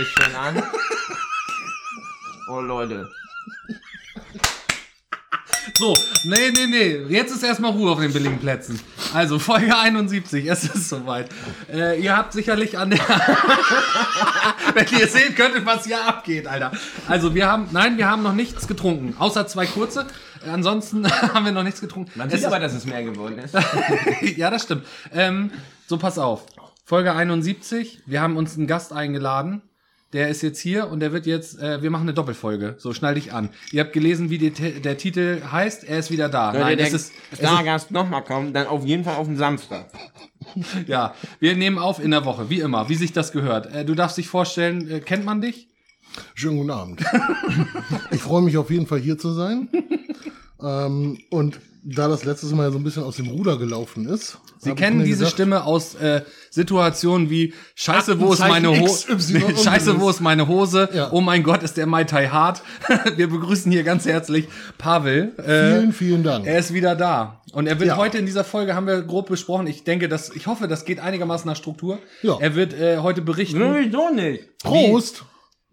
ist schon an. Oh Leute. So, nee, nee, nee. Jetzt ist erstmal Ruhe auf den billigen Plätzen. Also, Folge 71, es ist soweit. Äh, ihr habt sicherlich an der. Wenn ihr sehen könntet, was hier abgeht, Alter. Also, wir haben. Nein, wir haben noch nichts getrunken. Außer zwei kurze. Äh, Ansonsten haben wir noch nichts getrunken. Man Es sieht aber, dass es mehr geworden ist. ja, das stimmt. Ähm, so, pass auf. Folge 71. Wir haben uns einen Gast eingeladen. Der ist jetzt hier und der wird jetzt, äh, wir machen eine Doppelfolge. So, schnall dich an. Ihr habt gelesen, wie die, Te- der Titel heißt. Er ist wieder da. Wenn Nein, der es ist, Stargast nochmal kommt, dann auf jeden Fall auf den Samstag. ja. Wir nehmen auf in der Woche, wie immer, wie sich das gehört. Äh, du darfst dich vorstellen, äh, kennt man dich? Schönen guten Abend. Ich freue mich auf jeden Fall hier zu sein. Ähm, und da das letztes Mal ja so ein bisschen aus dem Ruder gelaufen ist. Sie kennen diese Stimme aus äh, Situationen wie Scheiße, wo ist meine Hose? XY und Scheiße, wo ist meine Hose? Ja. Oh mein Gott, ist der Mai Tai hart. Wir begrüßen hier ganz herzlich Pavel. Äh, Vielen, vielen Dank. er ist wieder da und er wird Ja. heute in dieser Folge haben wir grob besprochen. Ich denke, dass ich hoffe, das geht einigermaßen nach Struktur. Ja. Er wird äh, heute berichten. Sowieso nicht. Prost!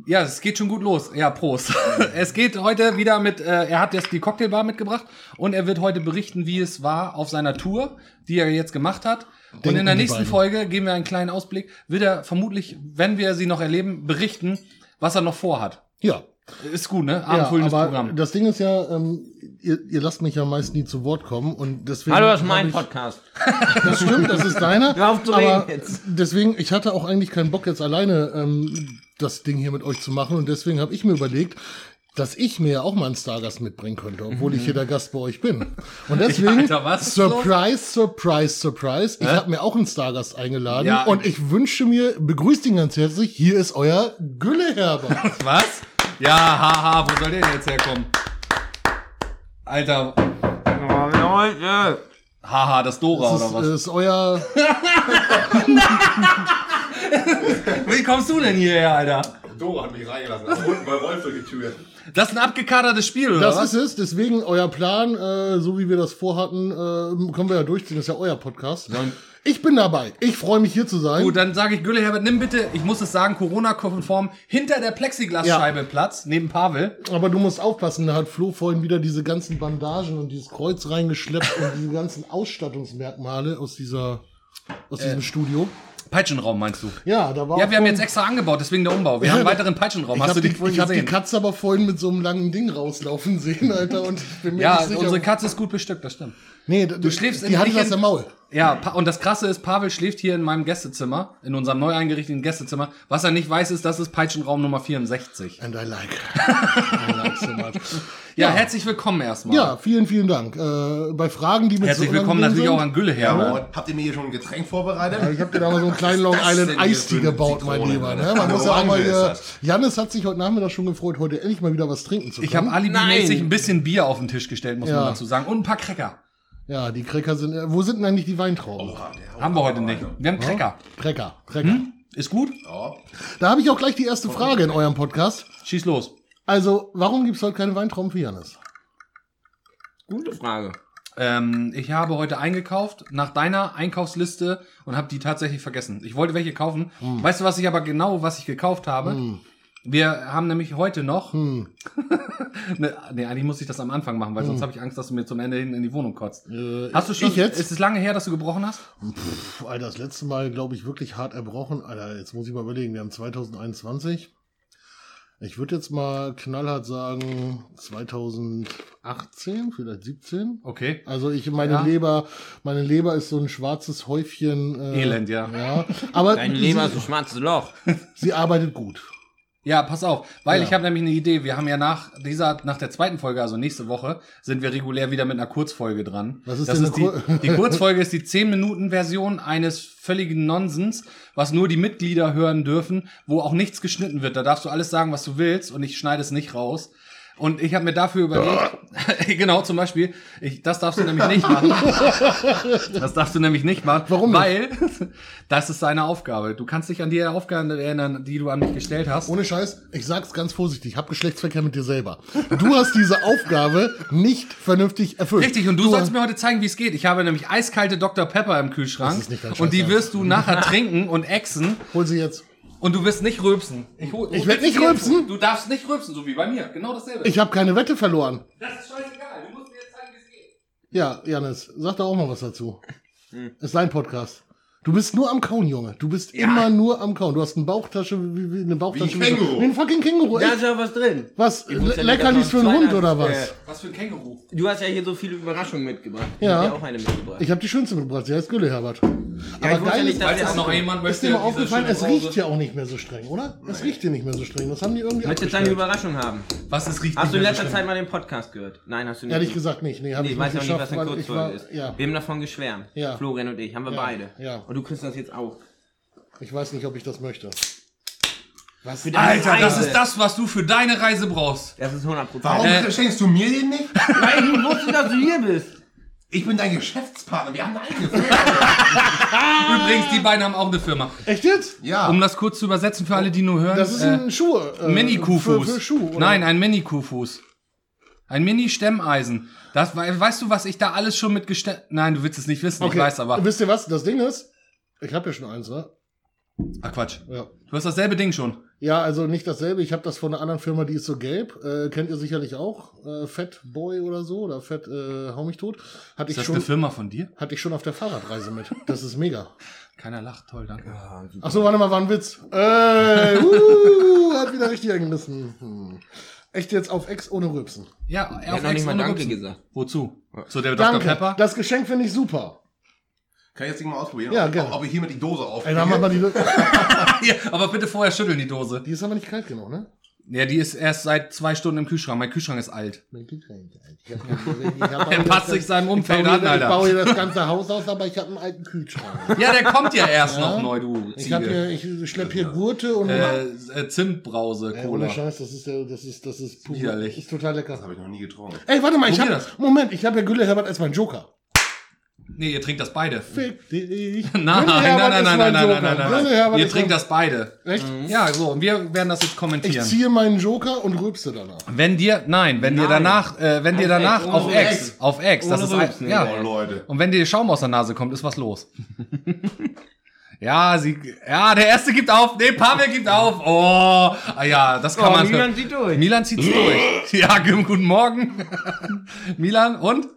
Ja, es geht schon gut los. Ja, Prost. Es geht heute wieder mit, äh, er hat jetzt die Cocktailbar mitgebracht und er wird heute berichten, wie es war auf seiner Tour, die er jetzt gemacht hat. und Denken in der die nächsten beiden. Folge geben wir einen kleinen Ausblick, wird er vermutlich, wenn wir sie noch erleben, berichten, was er noch vorhat. Ja. Ist gut, ne? ja Abendfüllendes aber Programm. das Ding ist ja, ähm, ihr, ihr lasst mich ja meist nie zu Wort kommen und deswegen. Hallo, das ist mein hab Podcast. ich, Das stimmt, das ist deiner. Hör auf zu reden aber jetzt. deswegen, ich hatte auch eigentlich keinen Bock jetzt alleine ähm, das Ding hier mit euch zu machen und deswegen habe ich mir überlegt, dass ich mir ja auch mal einen Stargast mitbringen könnte, obwohl ich hier der Gast bei euch bin. Und deswegen, Mhm. Alter, was ist los? Surprise, Surprise, Surprise, ich habe mir auch einen Stargast eingeladen Ja. und ich wünsche mir, begrüßt ihn ganz herzlich, hier ist euer Gülleherber. Was? Ja, haha, wo soll der denn jetzt herkommen? Alter, Oh, Leute. haha, das Dora das oder ist, äh, was? ist euer, Wie kommst du denn hierher, Alter? Dora hat mich reingelassen. Also unten bei Wolfe getürt. Das ist ein abgekadertes Spiel, oder das was? ist es, deswegen euer Plan, äh, so wie wir das vorhatten, äh, können wir ja durchziehen, das ist ja euer Podcast. Ich bin dabei, ich freue mich hier zu sein. Gut, dann sage ich Gülle Herbert, nimm bitte, ich muss es sagen, Corona-konform hinter der Plexiglasscheibe Platz, neben Pavel. Aber du musst aufpassen, da hat Flo vorhin wieder diese ganzen Bandagen und dieses Kreuz reingeschleppt und diese ganzen Ausstattungsmerkmale aus dieser aus diesem Studio. Peitschenraum meinst du? Ja, da war Äh. Ja, wir haben vorhin- jetzt extra angebaut, deswegen der Umbau. Wir haben einen weiteren Peitschenraum. ich Hast hab du den die, vorhin Ich habe die gesehen? Katze aber vorhin mit so einem langen Ding rauslaufen sehen, Alter, und ich bin mir Ja, nicht sicher. unsere Katze ist gut bestückt, das stimmt. nee, du schläfst in- die hatte nicht das in- im Maul. Ja, Pa- und das Krasse ist, Pavel schläft hier in meinem Gästezimmer, in unserem neu eingerichteten Gästezimmer. Was er nicht weiß, ist, das ist Peitschenraum Nummer 64. And I like. I like so much. Ja, herzlich willkommen erstmal. Ja, vielen, vielen Dank. Äh, bei Fragen, die mit Herzlich so willkommen unangenehm natürlich auch sind- an Gülle Herbert. Oh, habt ihr mir hier schon ein Getränk vorbereitet? Ich habe dir da mal so einen kleinen Long das Island denn hier Eistee für eine gebaut, mein Zitrone, Lieber. Ne? Alter? Man muss ja auch Orange mal ist hier. das. Janis hat sich heute Nachmittag schon gefreut, heute endlich mal wieder was trinken zu können. Ich habe alibimäßig Nein. ein bisschen Bier auf den Tisch gestellt, muss man Hm? Ja. dazu sagen. Und ein paar Cracker. ja, die Cracker sind. äh, Wo sind denn eigentlich die Weintrauben? Haben wir heute nicht. Wir haben Cracker. Hm? Cracker, Cracker. Ist gut? Da habe ich auch gleich die erste Frage in eurem Podcast. Schieß los. Also, warum gibt's heute keine Weintrauben für Janis? Gute Frage. Ähm, ich habe heute eingekauft nach deiner Einkaufsliste und habe die tatsächlich vergessen. Ich wollte welche kaufen. Hm. Weißt du, was ich aber genau, was ich gekauft habe? Wir haben nämlich heute noch. Hm. ne, nee, eigentlich muss ich das am Anfang machen, weil sonst habe ich Angst, dass du mir zum Ende hin in die Wohnung kotzt. Äh, hast du schon? ich jetzt? Ist es lange her, dass du gebrochen hast? Puh, Alter, das letzte Mal, glaube ich, wirklich hart erbrochen. Alter, jetzt muss ich mal überlegen, wir haben 2021. Ich würde jetzt mal knallhart sagen 2018, vielleicht 17. Okay. Also ich meine Ja. Leber, meine Leber ist so ein schwarzes Häufchen. Äh, Elend, ja. ja. Aber Dein Leber ist sie, ein schwarzes Loch. sie arbeitet gut. Ja, pass auf, weil Ja. ich habe nämlich eine Idee. Wir haben ja nach dieser, nach der zweiten Folge, also nächste Woche, sind wir regulär wieder mit einer Kurzfolge dran. Was ist das denn ist eine Kur- die, die Kurzfolge ist die 10-Minuten-Version eines völligen Nonsens, was nur die Mitglieder hören dürfen, wo auch nichts geschnitten wird. Da darfst du alles sagen, was du willst und ich schneide es nicht raus. Und ich habe mir dafür überlegt, genau zum Beispiel, ich, das darfst du nämlich nicht machen. Das darfst du nämlich nicht machen. Warum nicht? Weil das ist seine Aufgabe. Du kannst dich an die Aufgaben erinnern, die du an mich gestellt hast. Ohne Scheiß, ich sag's ganz vorsichtig, hab Geschlechtsverkehr mit dir selber. Du hast diese Aufgabe nicht vernünftig erfüllt. Richtig, und du, sollst mir heute zeigen, wie es geht. Ich habe nämlich eiskalte Dr. Pepper im Kühlschrank. ist nicht dein Scheiß und die Ernst. wirst du nachher trinken und exen. Hol sie jetzt. Und du wirst nicht rülpsen. Ich, hol- Ich hol- werd nicht rülpsen. Du darfst nicht rülpsen, so wie bei mir. Genau dasselbe. Ich habe keine Wette verloren. das ist scheißegal. Du musst mir jetzt zeigen, wie es geht. Ja, Janis, sag doch auch mal was dazu. Hm. Ist dein Podcast. Du bist nur am Kauen, Junge. Du bist immer nur am Kauen. Du hast eine Bauchtasche wie, wie eine Bauchtasche Känguru. wie ein fucking Känguru. Da echt. ist ja was drin. was? Ich muss ja Le Leckerlis für lecker noch einen Hund zwei- oder äh, was? Was für ein Känguru. Du hast ja hier so viele Überraschungen mitgebracht. Ja. Ich hab dir auch eine mitgebracht. Ich habe die schönste mitgebracht. Sie heißt Gülle, Herbert. ja, ich Aber wusste geil ja ist- nicht, dass Falls das jetzt noch jemand Ist möchte, dir mal diese aufgefallen, schöne es riecht Brause- ja auch nicht mehr so streng, oder? Es riecht hier nicht mehr so streng. Das haben die irgendwie Möchtest du eine abgestellt. Überraschung haben? Was ist richtig? Hast du in letzter Zeit mal den Podcast gehört? Nein, hast du nicht. Ehrlich gesagt nicht. Nee, hab Nee, ich ich nicht weiß auch nicht, geschafft, was eine weil ich war, Kurzfolge ist. ja, Wir haben davon geschwärmt. Ja. Florian und ich, haben wir Ja, beide. ja. Und du kriegst das jetzt auch. ich weiß nicht, ob ich das möchte. Was für deine Alter, das Reise. ist das, was du für deine Reise brauchst. Das ist 100%. Warum Äh. schenkst du mir den nicht? Weil ich nicht wusste, dass du hier bist. Ich bin dein Geschäftspartner. Wir haben eine eigene Firma. Übrigens, die beiden haben auch eine Firma. Echt jetzt? Ja. Um das kurz zu übersetzen für alle, die nur hören. Oh. Das ist ein Schuh. Äh, Mini-Kuhfuß. Für, für Schuh. oder? Nein, ein Mini-Kuhfuß. Ein Mini-Stemmeisen. Das, we- weißt du, was ich da alles schon mit gestellt... Nein, du willst es nicht wissen, ich weiß aber... Wisst ihr was? Das Ding ist, ich habe ja schon eins, ne? Ach Quatsch. Ja. Du hast dasselbe Ding schon. Ja, also nicht dasselbe. Ich habe das von einer anderen Firma, die ist so gelb. Äh, kennt ihr sicherlich auch. Äh, Fat Boy oder so oder Fat äh, Hau mich tot. Hatte Ist ich, das eine schon, Firma von dir? hatte ich schon auf der Fahrradreise mit. Das ist mega. Keiner lacht, toll, danke. Ach so, warte mal, war ein Witz. Äh, uh, hat wieder richtig angemessen. Hm. Echt jetzt auf Ex ohne Rübsen. Ja, er hat noch nicht mal Danke gesagt. Wozu? Zu der Dr. Danke. Pepper? Das Geschenk finde ich super. Kann ich jetzt nicht mal ausprobieren, Ja, ob, gerne. ob ich hier mit die Dose Ey, da haben wir aufkriege? mal die, ja, aber bitte vorher schütteln die Dose. die ist aber nicht kalt genug, ne? Ja, die ist erst seit zwei Stunden im Kühlschrank. Mein Kühlschrank ist alt. Mein Glück eigentlich. Ich hab keinen gesehen. Ich hab Er auch passt das- sich seinem Ich Umfeld baue, an, hier, ich baue Alter. hier das ganze Haus aus, aber ich habe einen alten Kühlschrank. Ja, der kommt ja erst noch neu, du Ich, hab Ziege. hier, ich schlepp hier Gurte und. Äh, äh, Zimtbrause, Ey, ohne Cola. Scheiß, das ist, der- das ist, das ist pur. Widerlich. Ist total Das lecker. habe ich noch nie getrunken. Ey, warte mal, ich Probier hab, Moment, ich habe ja Gülle Herbert als mein Joker. Nee, ihr trinkt das beide. Fick dich. Hm. Nein, nein, Gülle Herbert nein, nein, ist nein, nein, mein nein, Joker. nein, nein, Gülle Herbert nein. Ihr ist trinkt mein- das Hm. beide. Echt? Ja, so, und wir werden das jetzt Ich kommentieren. ziehe meinen Joker und rülpse danach. Wenn dir, nein, wenn dir Nein. danach, äh, wenn dir Auf danach Ex, auf ohne Ex, auf Ex, das Ohne ist ein, Rülpsen, ja. egal. Oh, Leute. Und wenn dir Schaum aus der Nase kommt, ist was los. ja, sie, ja, der erste gibt auf, nee, Pavel gibt auf. Oh, ah ja, das kann Oh, man. Milan zieht durch. Milan zieht's durch. Ja, gu- guten Morgen. Milan und?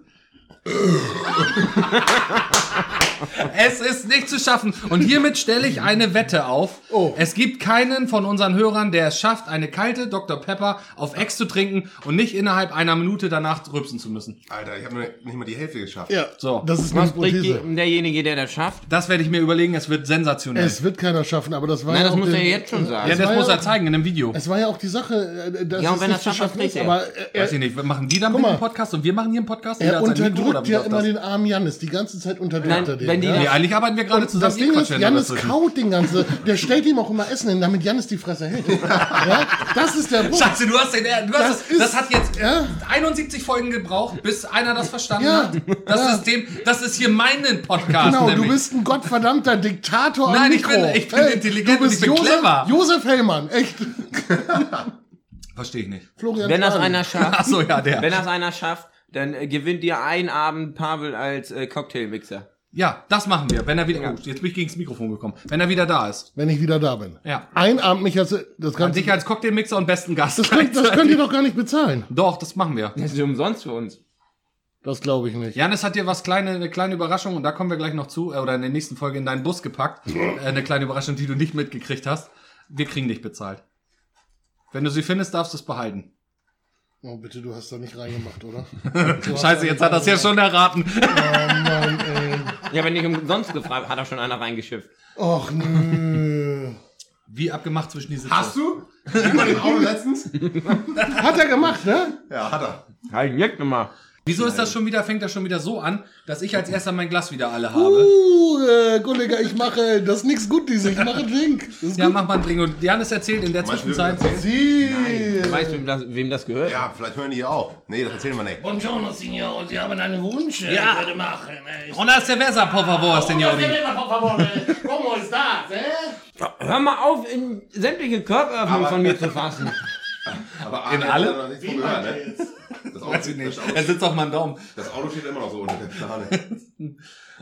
es ist nicht zu schaffen. Und hiermit stelle ich eine Wette auf. Oh. Es gibt keinen von unseren Hörern, der es schafft, eine kalte Dr. Pepper auf Ex zu trinken und nicht innerhalb einer Minute danach rübsen zu müssen. Alter, ich habe nicht mal die Hälfte geschafft. Ja, So. das ist meine Was bricht Hypothese. die, derjenige, der das schafft? Das werde ich mir überlegen, es wird sensationell. Es wird keiner schaffen, aber das war Nein, ja das auch muss der- er jetzt schon sagen. ja, das war muss ja- er zeigen in einem Video. Es war ja auch die Sache, äh, dass Ja, und es wenn nicht er zu schafft, schaffen kriegt ist, er. aber äh, Weiß er, ich nicht, machen die dann mit mal. dem Podcast und wir machen hier einen Podcast? er Jeder hat sein Mikro, oder unterdrückt wie ja läuft immer das? den armen Jannis die ganze Zeit unter Druck Nein, unter wenn dem. die- Ja? Nee, eigentlich arbeiten wir gerade Und zusammen. das Ihr Ding ist, quatscht ja Jannis dazwischen. kaut den ganzen, der stellt ihm auch immer Essen hin, damit Jannis die Fresse hält. ja? Das ist der Punkt. Scheiße, du hast den, du hast das, Oh. Das ist- das hat jetzt Ja. 71 Folgen gebraucht, bis einer das verstanden Ja. hat. Das ist dem, das ist hier meinen Podcast. Genau, du nämlich. bist ein gottverdammter Diktator am Nein, ich Mikro. bin- ich bin intelligent du bist und ich bin Josef, clever. Josef Hellmann, echt. Verstehe ich nicht. Florian Wenn das Stahl. einer schafft, Achso, ja, der. wenn das einer schafft, dann äh, gewinnt dir einen Abend Pavel als äh, Cocktailmixer. Ja, das machen wir, wenn er wieder. Oh, jetzt bin ich gegen das Mikrofon gekommen. Wenn er wieder da ist. Wenn ich wieder da bin. Ja. Ein Abend mich als, das An kann, dich als Cocktailmixer und besten Gast. das könnt, das könnt ihr doch gar nicht bezahlen. Doch, das machen wir. Das ist umsonst für uns. Das glaube ich nicht. Janis hat dir was kleine, eine kleine Überraschung und da kommen wir gleich noch zu, äh, oder in der nächsten Folge in deinen Bus gepackt. Äh, eine kleine Überraschung, die du nicht mitgekriegt hast. Wir kriegen dich bezahlt. Wenn du sie findest, darfst du es behalten. Oh, bitte, du hast da nicht reingemacht, oder? Oh, Scheiße, jetzt hat das ja schon erraten. Ja, wenn ich umsonst gefragt, hat auch schon einer reingeschifft. Och, nö. Wie abgemacht zwischen diese Hast du? Wie bei dem Auto letztens? Hat er gemacht, ne? Ja, hat er. Halt, jetzt nochmal. Wieso ist das schon wieder, fängt das schon wieder so an, dass ich als erster mein Glas wieder alle habe? Uh, äh, Kollege, ich mache, das ist nichts Gutes, ich mache Drink. Das ist Ja, gut. mach mal einen Drink. Und Janis erzählt in der Zwischenzeit. Manche Sie. Weißt du, wem das, wem das gehört? Ja, vielleicht hören die hier auch. Nee, das erzählen wir nicht. Buongiorno signore, Sie haben einen Wunsch, äh, Ja. bitte machen. äh, Und das Cerveza, por favor, Señori. Problema, por favor, äh, como estás, eh? Hör mal auf, in sämtliche Körperöffnungen Aber- von mir zu fassen. Aber Arne hat alle? da noch nichts von gehört, ne? Das Auto, das, Er Auto, sitzt auf meinem Daumen. das Auto steht immer noch so unter der Plane.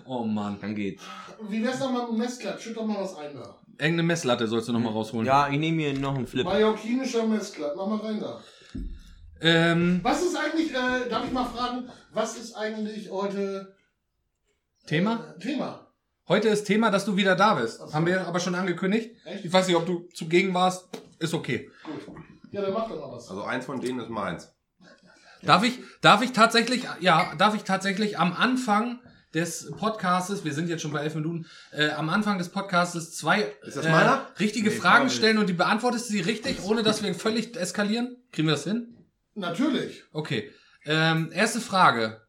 Oh Mann. Dann geht's. Wie wär's doch mal mit dem Messklatsch? Schütt doch mal was ein da. Irgendeine Messlatte sollst du nochmal rausholen. Ja, ich nehme hier noch einen Flip. Mallorquinischer Messglatt, mach mal rein da. Ähm, Was ist eigentlich, äh, darf ich mal fragen, was ist eigentlich heute Thema? Thema? Heute ist Thema, dass du wieder da bist. Ach so. Haben wir aber schon angekündigt. Echt? Ich weiß nicht, ob du zugegen warst. Ist okay. Gut. Ja, dann mach doch mal was. Also eins von denen ist meins. Darf ich, darf ich tatsächlich, ja, darf ich tatsächlich am Anfang des Podcastes, wir sind jetzt schon bei elf Minuten, äh, am Anfang des Podcastes zwei Ist das meiner? äh, richtige Nee, Fragen Frage. stellen und die beantwortest du sie richtig, ohne dass wir völlig eskalieren? Kriegen wir das hin? Natürlich. Okay. Ähm, erste Frage.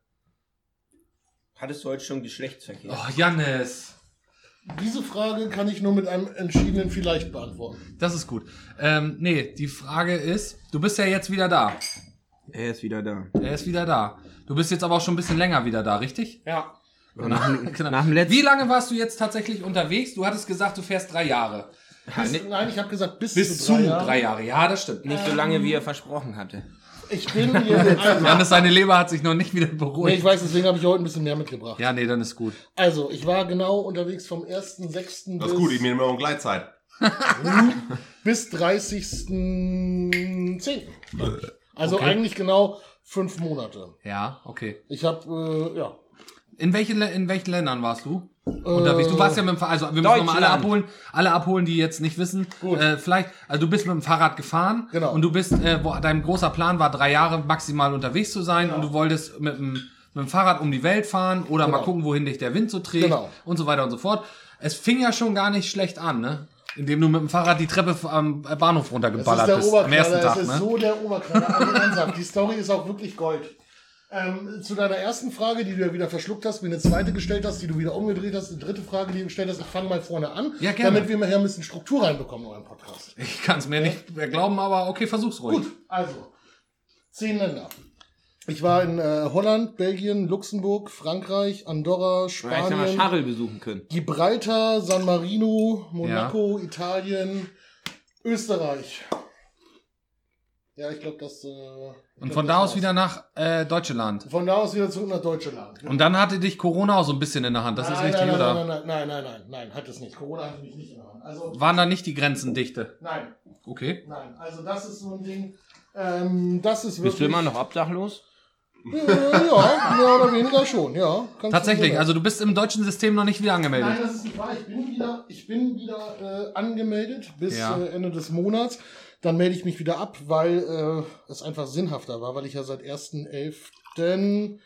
Hattest du heute schon Geschlechtsverkehr? Oh, Jannis. Diese Frage kann ich nur mit einem entschiedenen Vielleicht beantworten. Das ist gut. Ähm, nee, die Frage ist, du bist ja jetzt wieder da. Er ist wieder da. Er ist wieder da. Du bist jetzt aber auch schon ein bisschen länger wieder da, richtig? Ja. Genau. Nach dem letzten. Wie lange warst du jetzt tatsächlich unterwegs? Du hattest gesagt, du fährst drei Jahre. Bis, Nein, ich habe gesagt, bis, Bis zu drei, Jahre. Ja, das stimmt. Nicht so lange, wie er versprochen hatte. Ich bin hier jetzt. Also, Janis, seine Leber hat sich noch nicht wieder nee, beruhigt. ich weiß, deswegen habe ich heute ein bisschen mehr mitgebracht. ja, nee, dann ist gut. Also, ich war genau unterwegs vom 1.6. Das ist gut, ich bis, nehme auch Gleitzeit. bis 30.10. Also eigentlich genau fünf Monate. Ja, okay. Ich habe, äh, ja. In welchen, Lä- in welchen Ländern warst du? Unterwegs. Du warst ja mit dem Fahrrad, also wir müssen nochmal alle Deutschland. abholen, alle abholen, die jetzt nicht wissen. Gut. Äh, vielleicht, also du bist mit dem Fahrrad gefahren Genau. und du bist, äh, wo, dein großer Plan war, drei Jahre maximal unterwegs zu sein und du wolltest mit dem, mit dem Fahrrad um die Welt fahren oder mal Genau. gucken, wohin dich der Wind so trägt Genau. und so weiter und so fort. Es fing ja schon gar nicht schlecht an, ne? Indem du mit dem Fahrrad die Treppe am Bahnhof Es ist runtergeballert der bist. Am ersten Oberknaller, Tag, es ist ne? so der Oberknaller. Also ernsthaft, die Story ist auch wirklich Gold. Ähm, zu deiner ersten Frage, die du ja wieder verschluckt hast, mir eine zweite gestellt hast, die du wieder umgedreht hast, eine dritte Frage, die du gestellt hast. Ich fange mal vorne an, Ja, gerne. damit wir mal hier ein bisschen Struktur reinbekommen in euren Podcast. ich kann es mir nicht mehr glauben, aber okay, versuch's ruhig. Gut, also zehn Länder. Ich war in äh, Holland, Belgien, Luxemburg, Frankreich, Andorra, Ja, hätte mal Spanien, Scharrel besuchen können. Gibraltar, San Marino, Monaco, Italien, Österreich. Ja, ich glaube, das. Äh, ich Und glaub, von das da aus war's. wieder nach äh, Deutschland. Von da aus wieder zurück nach Deutschland. Und dann hatte dich Corona auch so ein bisschen in der Hand, das ist nein, richtig, nein, oder? nein, nein, nein, nein, nein, nein, hat es nicht. Corona hatte mich nicht in der Hand. Also, Waren da nicht die Grenzen dichte? nein, Okay. nein. Also, das ist so ein Ding. Ähm, das ist wirklich. Bist du immer noch obdachlos? Äh, ja, mehr oder weniger schon, ja. Kannst du Tatsächlich, sehen. also du bist im deutschen System noch nicht wieder Nein, angemeldet. das ist nicht wahr. Ich bin wieder, ich bin wieder äh, angemeldet bis Ja. äh, Ende des Monats. Dann melde ich mich wieder ab, weil äh, es einfach sinnhafter war, weil ich ja seit 1.11.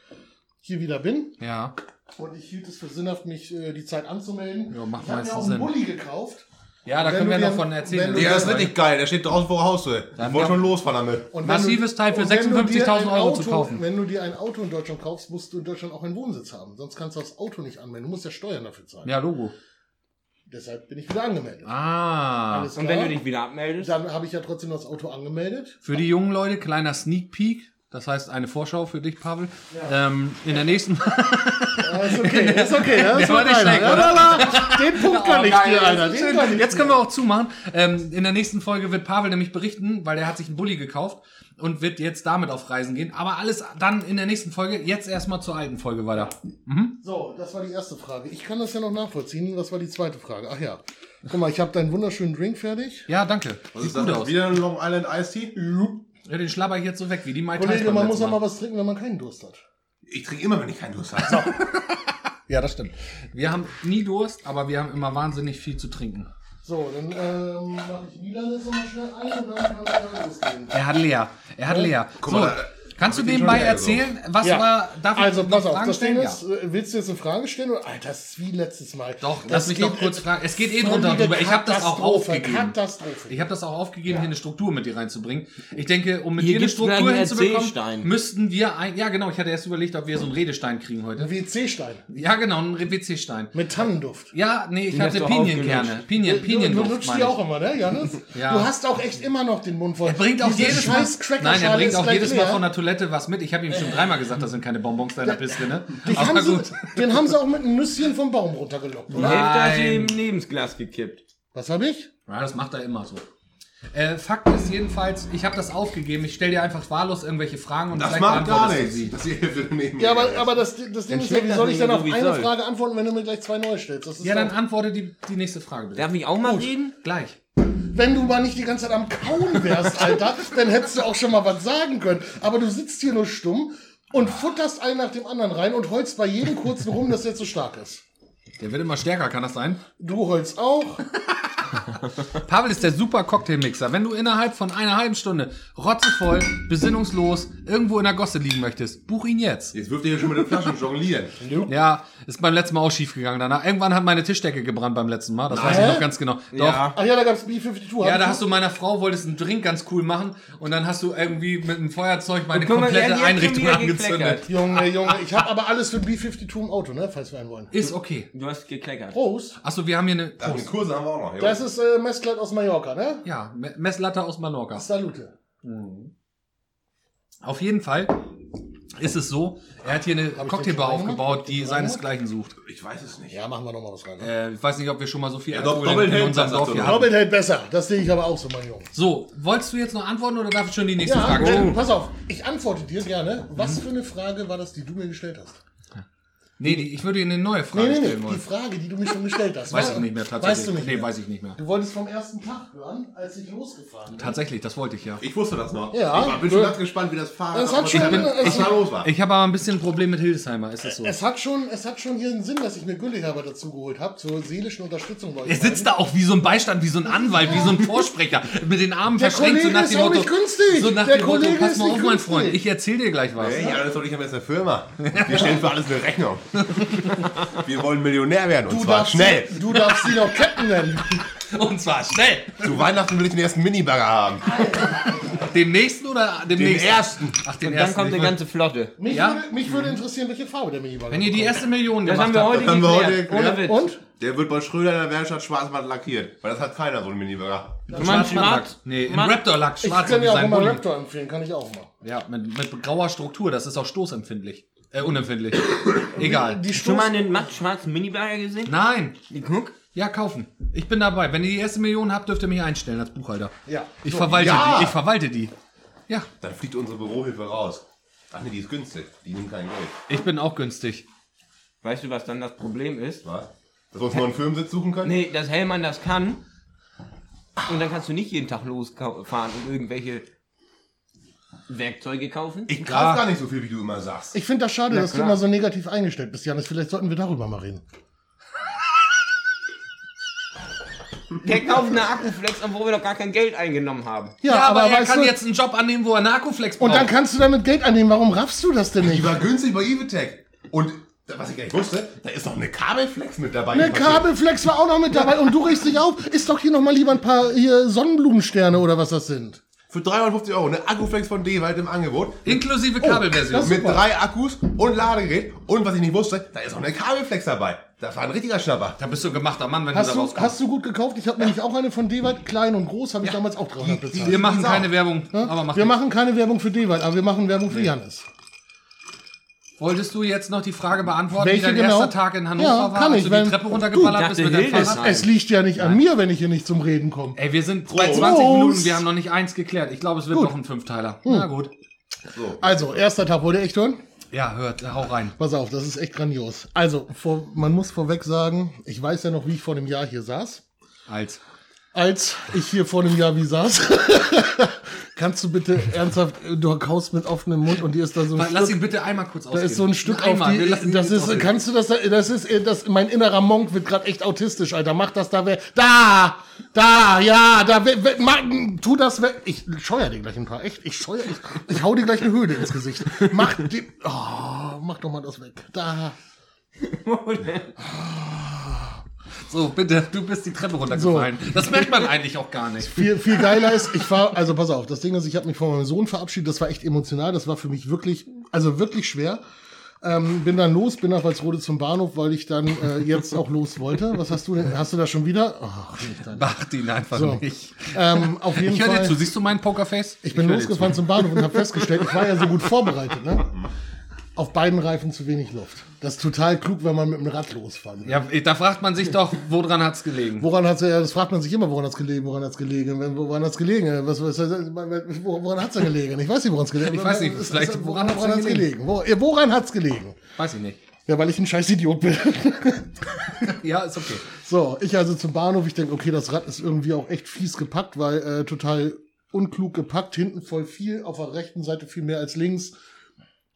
hier wieder bin. Ja. Und ich hielt es für sinnhaft, mich äh, die Zeit anzumelden. Ja, macht ich habe mir meistens auch einen Sinn. Bulli gekauft. Ja, da Wenn können wir du ja noch dir- von erzählen. wenn du- Ja, das ist Folge. richtig geil. Der steht draußen vor der Haustür. Ich wollte schon losfahren damit. Und wenn Massives du- Teil für und wenn du dir 56.000 ein Euro Auto, zu kaufen. Wenn du dir ein Auto in Deutschland kaufst, musst du in Deutschland auch einen Wohnsitz haben. Sonst kannst du das Auto nicht anmelden. Du musst ja Steuern dafür zahlen. Ja, Logo. Deshalb bin ich wieder angemeldet. Ah. Alles Und klar? wenn du dich wieder abmeldest? Dann habe ich ja trotzdem das Auto angemeldet. Für die jungen Leute, kleiner Sneak Peek. Das heißt, eine Vorschau für dich, Pavel. Ähm, in der nächsten. Ja, ist okay, ist okay. Ja, ist Der war nicht feiner. schlecht, Ja, oder? Oh, la, la. Den Punkt kann ich dir, Alter. Den kann ich Jetzt dir. können wir auch zumachen. Ähm, in der nächsten Folge wird Pavel nämlich berichten, weil er hat sich einen Bulli gekauft und wird jetzt damit auf Reisen gehen. Aber alles dann in der nächsten Folge. Jetzt erstmal zur alten Folge weiter. So, das war die erste Frage. Ich kann das ja noch nachvollziehen. Was war die zweite Frage? Ach ja. Guck mal, ich habe deinen wunderschönen Drink fertig. Ja, danke. Was Sieht ist gut das? aus. Wieder ein Long Island Iced Tea? Ja, den schlabber ich jetzt so weg, wie die Mai Tais Kollege, beim man letzten muss ja mal was trinken, wenn man keinen Durst hat. Ich trinke immer, wenn ich keinen Durst habe. Ja, das stimmt. Wir haben nie Durst, aber wir haben immer wahnsinnig viel zu trinken. So, dann ähm, mache ich Niederlande mal schnell ein und dann kann ich dann losgehen. Er hat leer. Er hat leer. Guck so, mal, da- äh, kannst du hab ich nebenbei schon leer, so. erzählen, was Ja. war... Darf ich Also, noch pass auf, Fragen das Ding stellen? ist, äh, willst du jetzt eine Frage stellen? Oder, Alter, das ist wie letztes Mal. Doch, Das lass mich doch geht- kurz fragen. Es geht eh Völlige drunter und drüber. Ich habe das auch Katastrophe, aufgegeben. Katastrophe. Ich habe das auch aufgegeben, hier eine Struktur mit dir reinzubringen. Ich denke, um mit Hier dir eine gibt's gleich Struktur einen hinzubekommen, Erzählstein. müssten wir ein. Ja, genau, ich hatte erst überlegt, ob wir so einen Redestein kriegen heute. WC-Stein Ja, genau, einen WC-Stein. mit Tannenduft. Ja, nee, ich Den hast hatte du Pinienkerne. aufgelutscht. Pinien, Äh, du, du Pinienduft, lutscht meine die ich. auch immer, ne, Janis? Ja. Du hast auch echt immer noch den Mund voll. Er bringt auch Diese jedes Mal, scheiß nein, er Crackerschale bringt ist auch gleich jedes Mal leer. von der Toilette was mit. Ich habe ihm schon dreimal gesagt, das sind keine Bonbons deiner Piste, ne? den Aber haben, gut. sie, den haben sie auch mit einem Nüsschen vom Baum runtergelockt, oder? Hälfte hat sie Nein. im Lebensglas gekippt. Was habe ich? Ja, das macht er immer so. Äh, Fakt ist jedenfalls, ich habe das aufgegeben. Ich stelle dir einfach wahllos irgendwelche Fragen und Das vielleicht macht gar beantwortest du nichts. sie. Das hier würde nehmen. Ja, aber, aber das, das Ding ist ja, schmeckt wie das soll ich nicht dann so, auf wie es eine soll. Frage antworten, wenn du mir gleich zwei neue stellst? Das ist Ja, dann doch- antworte die, die nächste Frage bitte. Darf ich auch mal reden? Gleich. wenn du mal nicht die ganze Zeit am Kauen wärst, Alter, dann hättest du auch schon mal was sagen können. Aber du sitzt hier nur stumm und futterst einen nach dem anderen rein und holst bei jedem kurzen rum, dass der zu stark ist. Der wird immer stärker, kann das sein? Du holst auch. Pavel ist der super Cocktailmixer. Wenn du innerhalb von einer halben Stunde rotzevoll, besinnungslos irgendwo in der Gosse liegen möchtest, buch ihn jetzt. Jetzt wirft ihr hier schon mit den Flaschen jonglieren. Ja, ist beim letzten Mal auch schief gegangen danach. Irgendwann hat meine Tischdecke gebrannt beim letzten Mal. Das weiß ich noch ganz genau. Doch. Ja. Ach ja, da gab's B52. Ja, da hast du meiner Frau wolltest einen Drink ganz cool machen und dann hast du irgendwie mit einem Feuerzeug meine guck mal, komplette die hat die Einrichtung schon wieder angezündet. gekleckert. Junge, Junge, ich habe aber alles für B52 im Auto, ne, falls wir einen wollen. Ist okay. Du hast gekleckert. Prost. Achso, wir haben hier eine. Ach, die Prost. Kurse haben wir auch noch. jo. Das ist äh, Messkleid aus Mallorca, ne? Ja, Me- Messlatte aus Mallorca. Salute. Auf jeden Fall ist es so, er hat hier eine schon Cocktailbar reingemacht? aufgebaut, Hab ich die den seinesgleichen sucht. Ich weiß es nicht. Ja, machen wir nochmal was rein. Ne? Äh, ich weiß nicht, ob wir schon mal so viel Ja, doch, Alkohol in, in Doppelheld, unserem sagt Dorf er hier doch. haben. Robin hält besser. Das sehe ich aber auch so, mein Junge. So, wolltest du jetzt noch antworten oder darf ich schon die nächste Ja, Frage Jen, stellen? pass auf. Ich antworte dir gerne. Was Mhm. für eine Frage war das, die du mir gestellt hast? Nee, die, ich würde Ihnen eine neue Frage Nee, nee, stellen nee. Die wollen. Frage, die du mir schon gestellt hast. Weiß war- ich nicht mehr tatsächlich. Weißt du nicht nee, mehr. weiß ich nicht mehr. Du wolltest vom ersten Tag hören, als ich losgefahren bin. Tatsächlich, das wollte ich ja. Ich wusste das noch. Ja. Ich war- bin schon ganz gespannt, wie das Fahrrad Das hat schon- was es- da los war. Ich habe aber ein bisschen ein Problem mit Hildesheimer, ist es so. Es hat, schon, es hat schon hier einen Sinn, dass ich mir Gülleherber dazu geholt habe, zur seelischen Unterstützung bei euch Er sitzt beiden. da auch wie so ein Beistand, wie so ein Anwalt, wie so ein Vorsprecher. Mit den Armen Der verschränkt, so Kollege nach ist dem auch Motto. nicht günstig. So nach Der dem Kollege Motto, pass ist mal nicht auf, mein günstig. Freund, ich erzähl dir gleich was. Hey, ja, das soll ich am jetzt der Firma. Wir stellen für alles eine Rechnung. Wir wollen Millionär werden und Du zwar darfst, schnell. sie, du darfst sie noch Captain nennen. Und zwar schnell! Zu Weihnachten will ich den ersten Minibagger haben. Den nächsten oder den, Den nächsten? ersten. Ach, den Und dann ersten. kommt Ich eine mein, ganze Flotte. Mich, Ja? Mhm. würde, mich würde interessieren, welche Farbe der Minibar wenn ihr die erste Million Das gemacht haben wir heute habt. haben wir heute geklärt. Ohne Witz. geklärt. Und? Der wird bei Schröder in der Werkstatt schwarzmatt lackiert. Weil das hat keiner, so ein Minibagger. Und man Schwarzmatt. schmeckt- Nee, in man- Raptor-Lack. Ich Schwarz kann wie ja auch sein immer Bulli. Raptor empfehlen, kann ich auch mal. Ja, mit, mit grauer Struktur. Das ist auch stoßempfindlich. Äh, unempfindlich. Egal. Die Schon mal Stoß, einen matt schwarzen Miniburger gesehen? Nein. Guck. Ja, kaufen. Ich bin dabei. Wenn ihr die erste Million habt, dürft ihr mich einstellen als Buchhalter. Ja. Ich So, verwalte ja. die. Ich verwalte die. Ja, Dann fliegt unsere Bürohilfe raus. Ach nee, die ist günstig. Die nimmt kein Geld. ich bin auch günstig. Weißt du, was dann das Problem ist? Was? Dass wir uns noch einen Firmensitz suchen können? Nee, dass Hellmann das kann. Und dann kannst du nicht jeden Tag losfahren und irgendwelche Werkzeuge kaufen. Ich kauf gar nicht so viel, wie du immer sagst. ich finde das schade, dass du immer so negativ eingestellt bist, Janis. Vielleicht sollten wir darüber mal reden. Der kauft eine Akkuflex, obwohl wir doch gar kein Geld eingenommen haben. Ja, er weißt kann du- jetzt einen Job annehmen, wo er Narkoflex braucht. Und dann kannst du damit Geld annehmen. Warum raffst du das denn Die nicht? war günstig bei Evitech. Und was ich gar nicht wusste, da ist noch eine Kabelflex mit dabei. Eine Kabelflex war auch noch mit dabei und du riechst dich auf. Ist doch hier nochmal lieber ein paar hier Sonnenblumensterne oder was das sind. Für 350 Euro. Eine Akkuflex von D-Wald im Angebot. Inklusive Oh, Kabelversion. Mit drei Akkus und Ladegerät. Und was ich nicht wusste, da ist noch eine Kabelflex dabei. Das war ein richtiger Schnapper. da bist du ein gemachter Mann, wenn Hast du da du, rauskommst. hast du gut gekauft? Ich habe nämlich auch eine von Dewald, klein und groß, habe ich damals auch 300 bezahlt. Wir machen Sau. keine Werbung, aber mach Wir machen keine Werbung für Dewald, aber wir machen Werbung für Janis. Wolltest du jetzt noch die Frage beantworten, Welche wie dein genau? erster Tag in Hannover Ja, war, kann als ich, du wenn- die Treppe runtergeballert Du, bist mit deinem dachte, Fahrrad? Hildesheim. Es liegt ja nicht an mir, wenn ich hier nicht zum Reden komme. Ey, wir sind bei Prost. 20 Minuten, wir haben noch nicht eins geklärt. Ich glaube, es wird Gut. Hm. noch ein Fünfteiler. Na gut. Also, erster Tag, wollt ihr echt hören? Ja, hört, hau rein. Pass auf, das ist echt grandios. Also, vor, man muss vorweg sagen, ich weiß ja noch, wie ich vor einem Jahr hier saß. Als. als ich hier vor einem Jahr wie saß. Kannst du bitte ernsthaft, du kaust mit offenem Mund und dir ist da so ein Lass Stück, ihn bitte einmal kurz da ausreden. ist so ein Stück einmal. auf wir lassen die, ihn das jetzt ist, ausreden. kannst du das, da- das ist, äh, das, mein innerer Monk wird gerade echt autistisch, Alter, mach das da, wer, da, da, ja, da, we, we, mach, tu das, we, ich scheuer dir gleich ein paar, echt, ich scheuer, ich, ich hau dir gleich eine Höhle ins Gesicht, mach, die, oh, mach doch mal das weg, da, So, bitte, du bist die Treppe runtergefallen. Das merkt man eigentlich auch gar nicht. viel, viel geiler ist, ich war, also pass auf, das Ding ist, ich habe mich von meinem Sohn verabschiedet, das war echt emotional, das war für mich wirklich, also wirklich schwer. Ähm, bin dann los, bin nach Walsrode zum Bahnhof, weil ich dann äh, jetzt auch los wollte. Was hast du denn? Hast du da schon wieder? Ach, nicht dein- Macht ihn einfach So. nicht. ähm, auf jeden Ich höre dir Fall. zu. Siehst du meinen Pokerface? Ich bin hör dir losgefahren zum Bahnhof und habe festgestellt, ich war ja so gut vorbereitet. Ne? auf beiden Reifen zu wenig Luft. Das ist total klug, wenn man mit dem Rad losfahren will. Ja, da fragt man sich doch, woran hat's gelegen? Woran hat's ja, das fragt man sich immer, woran hat's gelegen, woran hat's gelegen, wenn- woran hat's gelegen, was, was, was- woran hat's denn gelegen? Ich weiß nicht, woran es gelegen Ich weiß nicht, Es- es- vielleicht, woran, woran woran, hat's woran denn hat's gelegen? Wo- ja, Woran hat's gelegen? Weiß ich nicht. Ja, weil ich ein scheiß Idiot bin. Ja, ist okay. So, ich also zum Bahnhof, ich denke, okay, das Rad ist irgendwie auch echt fies gepackt, weil äh, total unklug gepackt, hinten voll viel, auf der rechten Seite viel mehr als links.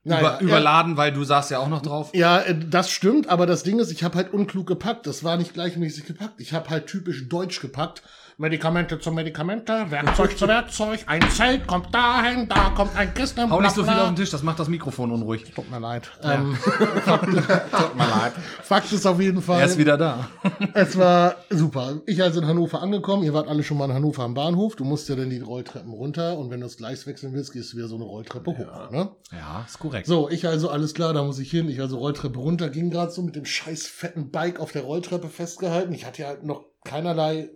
Über, überladen, weil du saßt ja auch noch drauf. Ja, äh, das stimmt, aber das Ding ist, ich habe halt unklug gepackt. Das war nicht gleichmäßig gepackt. Ich habe halt typisch deutsch gepackt. Medikamente zu Medikamente, Werkzeug zu Werkzeug, ein Zelt kommt dahin, da kommt ein Kissen. Hau nicht so bla, viel bla. auf den Tisch, das macht das Mikrofon unruhig. Tut mir leid. Ähm, Tut mir leid. Fakt ist auf jeden Fall. Er ist wieder da. Es war super. Ich also in Hannover angekommen. Ihr wart alle schon mal in Hannover am Bahnhof. Du musst ja dann die Rolltreppen runter und wenn du das Gleis wechseln willst, gehst du wieder so eine Rolltreppe hoch. Ne? Ja, ist korrekt. So, ich also alles klar, da muss ich hin. Ich also Rolltreppe runter, ging gerade so mit dem scheiß fetten Bike auf der Rolltreppe festgehalten. Ich hatte ja halt noch keinerlei.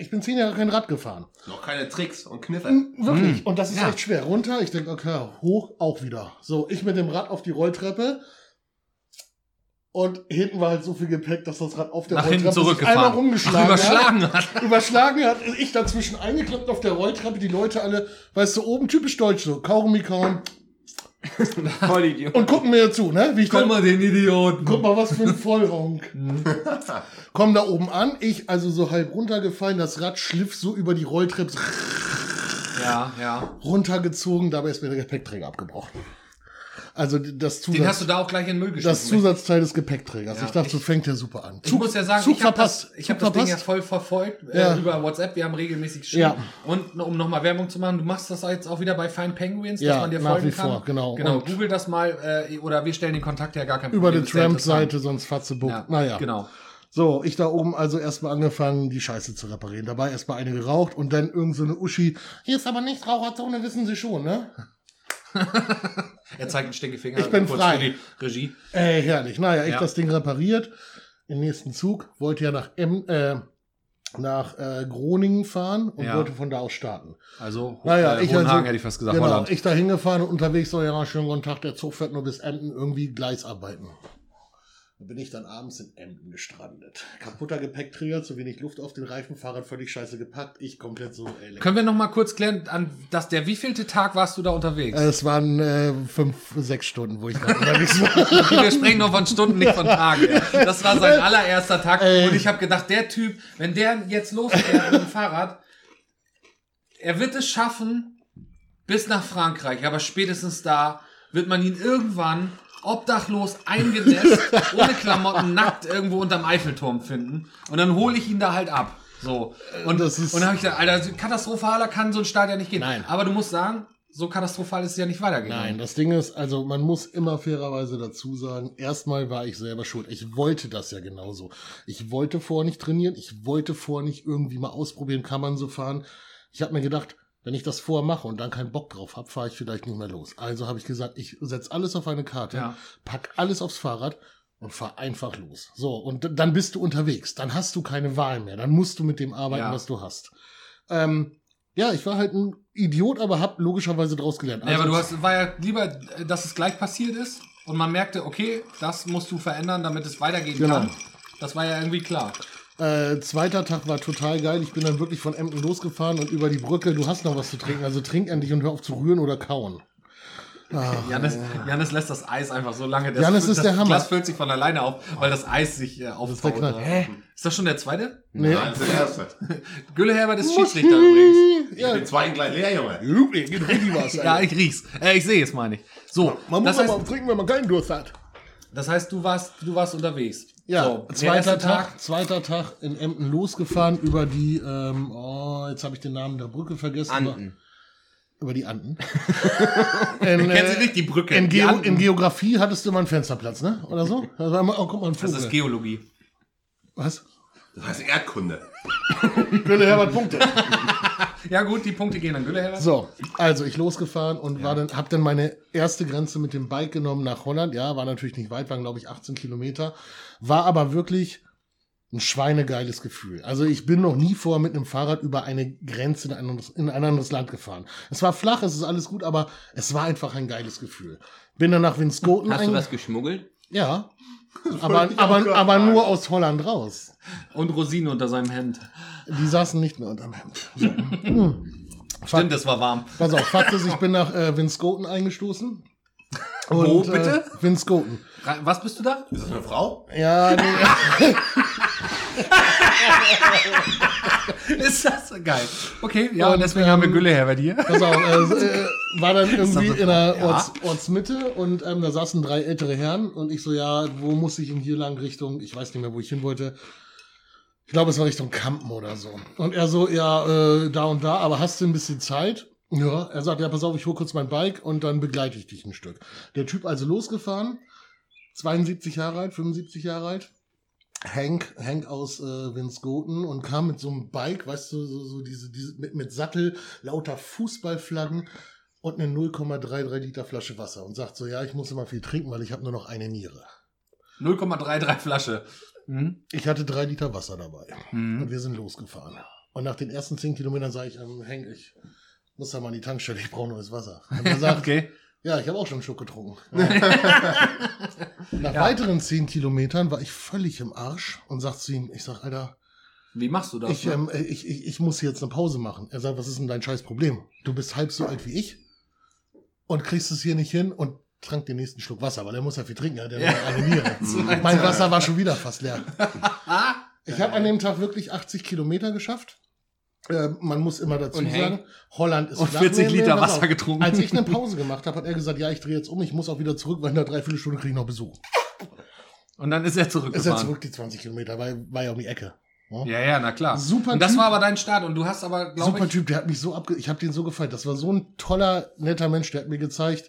Ich bin zehn Jahre kein Rad gefahren. Ähm, Noch keine Tricks und Kniffe. Wirklich. Hm. Und das ist echt schwer. Runter, ich denke, okay, hoch auch wieder. So, ich mit dem Rad auf die Rolltreppe. Und hinten war halt so viel Gepäck, dass das Rad auf der Nach hinten Rolltreppe sich zurückgefahren. einmal rumgeschlagen Ach, hat überschlagen hat. überschlagen hat, ich dazwischen eingeklappt auf der Rolltreppe, die Leute alle, weißt du, oben typisch deutsch so, Kaugummi kauen Voll Idiot. und gucken mir zu, ne? Wie ich Guck dann, mal den Idioten. guck mal, was für ein Vollronk. Komm da oben an, ich also so halb runtergefallen, das Rad schliff so über die Rolltreppe Ja, ja. runtergezogen, dabei ist mir der Gepäckträger abgebrochen. Also das Den Zusatz, hast du da auch gleich in den Müll geschmissen. das Zusatzteil des Gepäckträgers. ich dachte, so fängt der super an. Ich muss ja sagen, Zug ich habe das, verpasst. ich Zug hab das Ding ja verpasst. voll verfolgt Ja. äh, über WhatsApp. Wir haben regelmäßig geschrieben. Ja. Und um nochmal Werbung zu machen, du machst das jetzt auch wieder bei Fine Penguins, dass Ja, man dir nach folgen wie kann. vor, genau. genau Und- Google das mal äh, oder wir stellen den Kontakt ja gar kein über Problem. die ist sehr Tramp-Seite, sonst Fatzebuck. interessant. Ja, naja. Genau. So, ich da oben also erstmal angefangen, die Scheiße zu reparieren. Dabei erstmal eine geraucht und dann irgend so eine Uschi. Hier ist aber nicht Raucherzone, wissen Sie schon, ne? Er zeigt einen Stinkefinger. Ich bin kurz frei. Für die Regie. Ey, Äh, herrlich. Naja, ich Ja. das Ding repariert. Im nächsten Zug wollte ja nach M, äh, nach äh, Groningen fahren und Ja. wollte von da aus starten. Also, Naja, äh, ich Hohenhagen also, hätte ich fast gesagt. Genau, Holland. ich da hingefahren und unterwegs so, ja, schönen guten Tag, der Zug fährt nur bis Emden, irgendwie Gleisarbeiten. Da bin ich dann abends in Emden gestrandet. Kaputter Gepäckträger, zu wenig Luft auf den Reifen, Fahrrad völlig scheiße gepackt, ich komplett so, ey, leck. Können wir noch mal kurz klären, an dass der wievielte Tag warst du da unterwegs? Es waren äh, fünf, sechs Stunden, wo ich da unterwegs war. Okay, wir sprechen noch von Stunden, nicht von Tagen. Das war sein allererster Tag. Ey. Und ich habe gedacht, der Typ, wenn der jetzt losfährt mit dem Fahrrad, er wird es schaffen bis nach Frankreich. Aber spätestens da wird man ihn irgendwann obdachlos eingenässt, ohne Klamotten, nackt irgendwo unterm Eiffelturm finden. Und dann hole ich ihn da halt ab. So. Und, Das ist- und dann habe ich gedacht, Alter, katastrophaler kann so ein Stadion nicht gehen. Nein. Aber du musst sagen, so katastrophal ist es ja nicht weitergegangen. Nein, das Ding ist, also man muss immer fairerweise dazu sagen, erstmal war ich selber schuld. Ich wollte das ja genauso. Ich wollte vorher nicht trainieren, ich wollte vorher nicht irgendwie mal ausprobieren, kann man so fahren. Ich habe mir gedacht, wenn ich das vorher mache und dann keinen Bock drauf habe, fahre ich vielleicht nicht mehr los. Also habe ich gesagt, ich setz alles auf eine Karte, Ja. pack alles aufs Fahrrad und fahr einfach los. So, und d- dann bist du unterwegs. Dann hast du keine Wahl mehr. Dann musst du mit dem arbeiten, Ja. was du hast. Ähm, ja, ich war halt ein Idiot, aber hab logischerweise draus gelernt. ja, Also- aber du hast, war ja lieber, äh, dass es gleich passiert ist und man merkte, okay, das musst du verändern, damit es weitergehen Genau. kann. Das war ja irgendwie klar. Äh, zweiter Tag war total geil. Ich bin dann wirklich von Emden losgefahren und über die Brücke. Du hast noch was zu trinken, also trink endlich und hör auf zu rühren oder kauen. Janis, Janis lässt das Eis einfach so lange. Das, Janis fü- ist das der Hammer. Glas füllt sich von alleine auf, weil das Eis sich äh, ist der aufbaut. Knall. Hä? Ist das schon der zweite? Nee. Nein, das ist der erste. Gülle Herbert ist Schiedsrichter übrigens. Ich bin zweiten gleich leer, Junge. Ja, ich riech's. Äh, ich sehe es, meine ich. So, Man muss das, heißt, aber auch trinken, wenn man keinen Durst hat. das heißt, du warst, du warst unterwegs. Ja, So, der erste zweiter Tag, zweiter Tag in Emden losgefahren über die, ähm, oh, jetzt habe ich den Namen der Brücke vergessen. Anden. Über die Anden. in, Kennst du äh, nicht die Brücke? in, Die Geo Anden. in Geografie hattest du immer einen Fensterplatz, ne? Oder so? Da war immer, oh, guck mal, ein das Vogel. ist Geologie. Was? Das heißt Erdkunde. Gülle Herbert Punkte. Ja gut, die Punkte gehen an Gülle Herbert. So, also ich losgefahren und war dann, habe dann meine erste Grenze mit dem Bike genommen nach Holland. Ja, war natürlich nicht weit, waren glaube ich 18 Kilometer. War aber wirklich ein schweinegeiles Gefühl. Also ich bin noch nie vorher mit einem Fahrrad über eine Grenze in ein, anderes, in ein anderes Land gefahren. Es war flach, es ist alles gut, aber es war einfach ein geiles Gefühl. Bin dann nach Winskoten Hast du einge- was geschmuggelt? Ja. Aber, aber, aber nur aus Holland raus. Und Rosine unter seinem Hemd. Die saßen nicht mehr unterm Hemd. So. Stimmt, das war warm. Pass auf, Fakt ist, ich bin nach äh, Winskoten eingestoßen. Und, Wo bitte? Äh, Winskoten. Ra- Was bist du da? Ist das eine Frau? Ja, nee, Ist das geil. Okay, ja, und ähm, deswegen haben wir Gülle her bei dir. pass auf, äh, äh, war dann irgendwie in der Ja. Orts, Ortsmitte und ähm, da saßen drei ältere Herren und ich so, ja, wo muss ich denn hier lang Richtung, ich weiß nicht mehr, wo ich hin wollte. Ich glaube, es war Richtung Kampen oder so. Und er so, ja, äh, da und da, aber hast du ein bisschen Zeit? Ja, er sagt, ja, pass auf, ich hole kurz mein Bike und dann begleite ich dich ein Stück. Der Typ also losgefahren, 72 Jahre alt, 75 Jahre alt. Hank, Hank aus äh, Winskoten und kam mit so einem Bike, weißt du, so, so diese, diese mit, mit Sattel, lauter Fußballflaggen und eine 0,33 Liter Flasche Wasser und sagt so, ja, ich muss immer viel trinken, weil ich habe nur noch eine Niere. 0,33 Flasche. Mhm. Ich hatte drei Liter Wasser dabei und Mhm. wir sind losgefahren. Und nach den ersten zehn Kilometern sage ich, ähm, Hank, ich muss da mal an die Tankstelle, ich brauche neues Wasser. Und er sagt, Okay. ja, ich habe auch schon Schluck getrunken. nach weiteren zehn Kilometern war ich völlig im Arsch und sagt zu ihm, ich sag, Alter, Wie machst du das? Ich, ähm, ich, ich, ich muss jetzt eine Pause machen. Er sagt, was ist denn dein scheiß Problem? Du bist halb so alt wie ich und kriegst es hier nicht hin und trank den nächsten Schluck Wasser, weil er muss ja viel trinken, er hat ja, nur eine Niere. mein Wasser war schon wieder fast leer. Ich habe an dem Tag wirklich 80 Kilometer geschafft. Äh, man muss immer dazu Und sagen, Hank? Holland ist Und flach. 40 Liter pass Wasser getrunken. Als ich eine Pause gemacht habe, hat er gesagt, ja, ich drehe jetzt um, ich muss auch wieder zurück, weil in einer Dreiviertelstunde kriege ich noch Besuch. Und dann ist er Ist er zurückgefahren. zurück die 20 Kilometer, weil war ja um die Ecke. Ja, ja, na klar. Super Und das Typ. war aber dein Start und du hast aber, glaube Super ich, Typ, der hat mich so abge... Ich habe den so gefallen. Das war so ein toller, netter Mensch. Der hat mir gezeigt,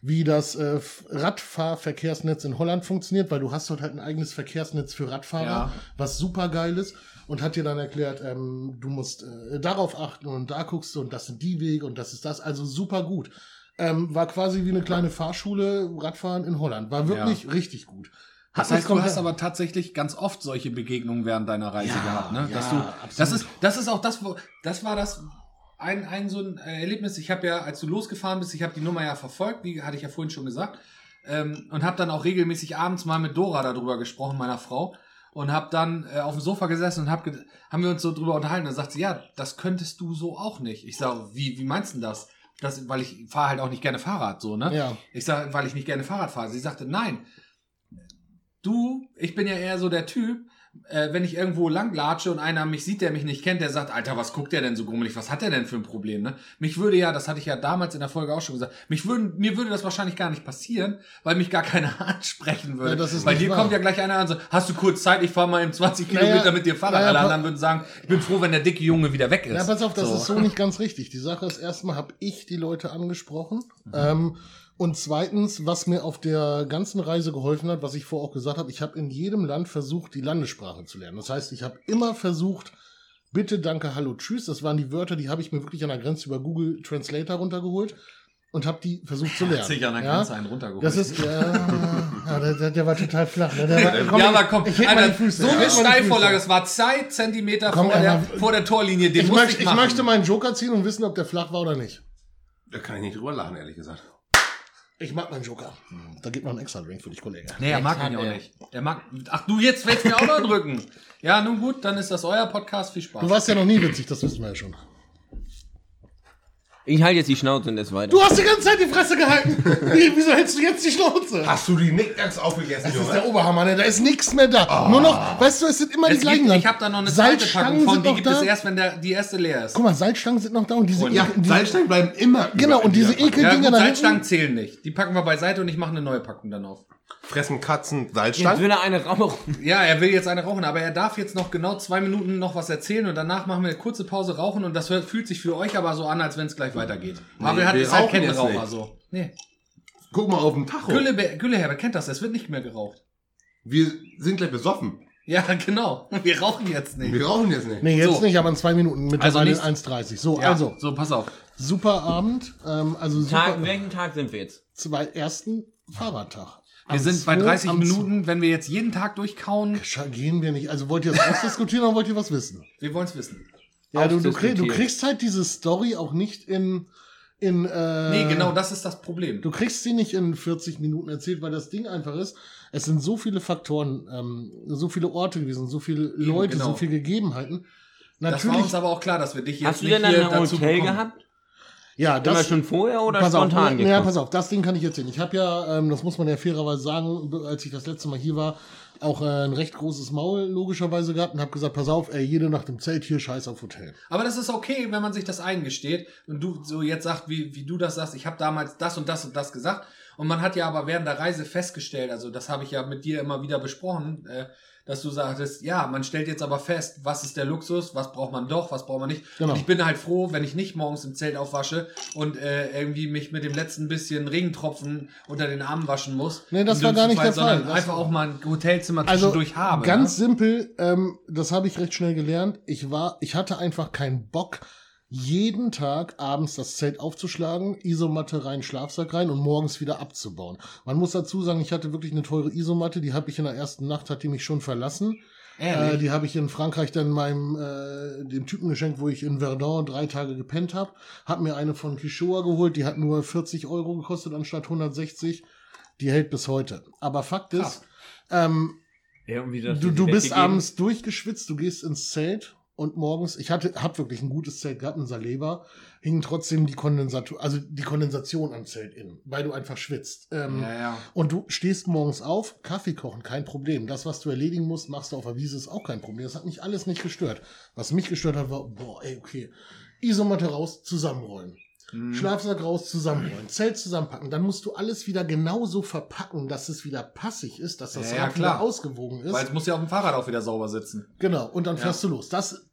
wie das äh, F- Radfahrverkehrsnetz in Holland funktioniert, weil du hast dort halt ein eigenes Verkehrsnetz für Radfahrer, Ja. was super geil ist. Und hat dir dann erklärt, ähm, du musst äh, darauf achten und da guckst du und das sind die Wege und das ist das. Also super gut. Ähm, war quasi wie eine kleine Fahrschule Radfahren in Holland. War wirklich richtig gut. Hat Das mich heißt, du hast komplett- aber tatsächlich ganz oft solche Begegnungen während deiner Reise gehabt, ne? Dass ja, du, das ist, das ist auch das, wo, das war das, ein, ein so ein äh, Erlebnis. Ich habe ja, als du losgefahren bist, ich habe die Nummer ja verfolgt, wie hatte ich ja vorhin schon gesagt, ähm, und habe dann auch regelmäßig abends mal mit Dora darüber gesprochen, meiner Frau, und habe dann äh, auf dem Sofa gesessen und hab ge haben wir uns so drüber unterhalten. Dann sagt sie, ja, das könntest du so auch nicht. Ich sage, wie, wie meinst du denn das? Das, weil ich fahre halt auch nicht gerne Fahrrad, so, ne? Ja, Ich sage, weil ich nicht gerne Fahrrad fahre. Sie sagte, nein. Du, ich bin ja eher so der Typ, äh, wenn ich irgendwo langlatsche und einer mich sieht, der mich nicht kennt, der sagt, Alter, was guckt der denn so grummelig? Was hat der denn für ein Problem? Ne? Mich würde ja, das hatte ich ja damals in der Folge auch schon gesagt, mich würden, mir würde das wahrscheinlich gar nicht passieren, weil mich gar keiner ansprechen würde. Ja, das ist Bei nicht dir wahr. kommt ja gleich einer an, so, hast du kurz Zeit, ich fahre mal eben 20 Naja, Kilometer mit dir Fahrrad. naja, Alle pa- anderen würden sagen, ich bin froh, wenn der dicke Junge wieder weg ist. Ja, pass auf, das ist so nicht ganz richtig. Die Sache ist, erstmal habe ich die Leute angesprochen. Mhm. Ähm, und zweitens, was mir auf der ganzen Reise geholfen hat, was ich vorher auch gesagt habe, ich habe in jedem Land versucht, die Landessprache zu lernen. Das heißt, ich habe immer versucht, bitte, danke, hallo, tschüss. Das waren die Wörter, die habe ich mir wirklich an der Grenze über Google Translator runtergeholt und habe die versucht zu lernen. Hat sich an der Ja? Grenze einen runtergeholt. Das ist, ja, ja der, der, der war total flach. Ne? Der war, ja, aber komm, ich, ich heb mal Alter, die Füße. so Ich heb mal eine die Steilvorlage, das Füße. war zwei Zentimeter Komm, vor, der, Alter. vor der Torlinie, den Ich, muss möchte, ich ich machen. möchte meinen Joker ziehen und wissen, ob der flach war oder nicht. Da kann ich nicht drüber lachen, ehrlich gesagt. Ich mag meinen Joker. Hm, Da gibt noch einen extra Drink für dich, Kollege. nee, er mag ihn auch nicht. Er mag, ach du, jetzt willst du mir auch noch drücken. Ja, nun gut, dann ist das euer Podcast, viel Spaß. Du warst ja noch nie witzig, das wissen wir ja schon. Ich halte jetzt die Schnauze und esse weiter. Du hast die ganze Zeit die Fresse gehalten. Wie, wieso hältst du jetzt die Schnauze? Hast du die Nicknacks aufgegessen, Das ist Junge? der Oberhammer, ne? da ist nichts mehr da. Nur noch, weißt du, es sind immer die es gleichen gibt, Sachen. ich habe da noch eine zweite Packung Salzstangen von, sind die noch gibt da. es erst, wenn der, die erste leer ist. Guck mal, Salzstangen sind noch da und diese, Ja, diese Salzstangen bleiben immer. Genau, über und in diese dieser Packung. Ekel- ja, Dinger gut, da hinten? Salzstangen zählen nicht. Die packen wir beiseite und ich mache eine neue Packung dann auf. Fressen Katzen Jetzt Salzstangen? will er eine rauchen. Ja, er will jetzt eine rauchen, aber er darf jetzt noch genau zwei Minuten noch was erzählen und danach machen wir eine kurze Pause rauchen und das hört, fühlt sich für euch aber so an, als wenn es gleich weitergeht. Pavel hat wir ist halt rauchen keine jetzt Raucher nicht. Oh. so. Nee. Guck mal auf den Tacho. Gülle, Gülle Herbert kennt das, es wird nicht mehr geraucht. Wir sind gleich besoffen. Ja, genau. Wir rauchen jetzt nicht. Wir rauchen jetzt nicht. Nee, jetzt So. nicht, aber in zwei Minuten. Also Mittlerweile nichts. 1,30. So, Ja, also, so, pass auf. super Abend. Ähm, also, Tag, super. welchen Tag sind wir jetzt? Zwei ersten Fahrradtag. Wir sind bei zwei- 30 am Minuten, wenn wir jetzt jeden Tag durchkauen. Scha- Gehen wir nicht. Also wollt ihr das ausdiskutieren oder wollt ihr was wissen? Wir wollen es wissen. Ja, du, du, krieg, Ausdiskutieren. du kriegst halt diese Story auch nicht in. in äh, Nee, genau das ist das Problem. Du kriegst sie nicht in 40 Minuten erzählt, weil das Ding einfach ist, es sind so viele Faktoren, ähm, so viele Orte gewesen, so viele Leute, genau. so viele Gegebenheiten. das war Natürlich, uns aber auch klar, dass wir dich jetzt Hast du nicht denn dann hier ein dazu Hotel bekommen. gehabt? ja, Immer das schon vorher oder pass auf, ne, spontan ja, gekommen? pass auf, das Ding kann ich erzählen. Ich habe ja, ähm, das muss man ja fairerweise sagen, be- als ich das letzte Mal hier war, auch äh, ein recht großes Maul logischerweise gehabt und habe gesagt, pass auf, ey, jede Nacht im Zelt hier, scheiß auf Hotel. Aber das ist okay, wenn man sich das eingesteht und du so jetzt sagst, wie, wie du das sagst, ich habe damals das und das und das gesagt. Und man hat ja aber während der Reise festgestellt, also das habe ich ja mit dir immer wieder besprochen, äh, dass du sagtest, ja, man stellt jetzt aber fest, was ist der Luxus, was braucht man doch, was braucht man nicht. Genau. Und ich bin halt froh, wenn ich nicht morgens im Zelt aufwasche und äh, irgendwie mich mit dem letzten bisschen Regentropfen unter den Armen waschen muss. Nee, das Im war gar dümmsten nicht der Fall. Sondern Das- einfach auch mal ein Hotelzimmer Also zwischendurch habe. ganz ne? simpel, ähm, das habe ich recht schnell gelernt. Ich war, ich hatte einfach keinen Bock, jeden Tag abends das Zelt aufzuschlagen, Isomatte rein, Schlafsack rein und morgens wieder abzubauen. Man muss dazu sagen, ich hatte wirklich eine teure Isomatte, die habe ich in der ersten Nacht, hat die mich schon verlassen. Äh, Ehrlich? die habe ich in Frankreich dann meinem äh, dem Typen geschenkt, wo ich in Verdun drei Tage gepennt habe. Hab mir eine von Quichua geholt, die hat nur 40 Euro gekostet anstatt 160. Die hält bis heute. Aber Fakt ist, ähm, Irgendwie, dass Du, die du sie bist weggegeben- abends durchgeschwitzt, du gehst ins Zelt und morgens, ich hatte, hab wirklich ein gutes Zelt gehabt, ein Saleva, hingen trotzdem die Kondensator, also die Kondensation am Zelt innen, weil du einfach schwitzt. Ähm, ne? ja, ja. Und du stehst morgens auf, Kaffee kochen, kein Problem. Das, was du erledigen musst, machst du auf der Wiese, ist auch kein Problem. Das hat mich alles nicht gestört. Was mich gestört hat, war, boah, ey, okay. Isomatte raus, zusammenrollen. Mhm. Schlafsack raus, zusammenrollen. Zelt zusammenpacken. Dann musst du alles wieder genauso verpacken, dass es wieder passig ist, dass das Ja, ja, Rad klar. wieder ausgewogen ist. Weil es muss ja auf dem Fahrrad auch wieder sauber sitzen. Genau, und dann fährst du los. Das,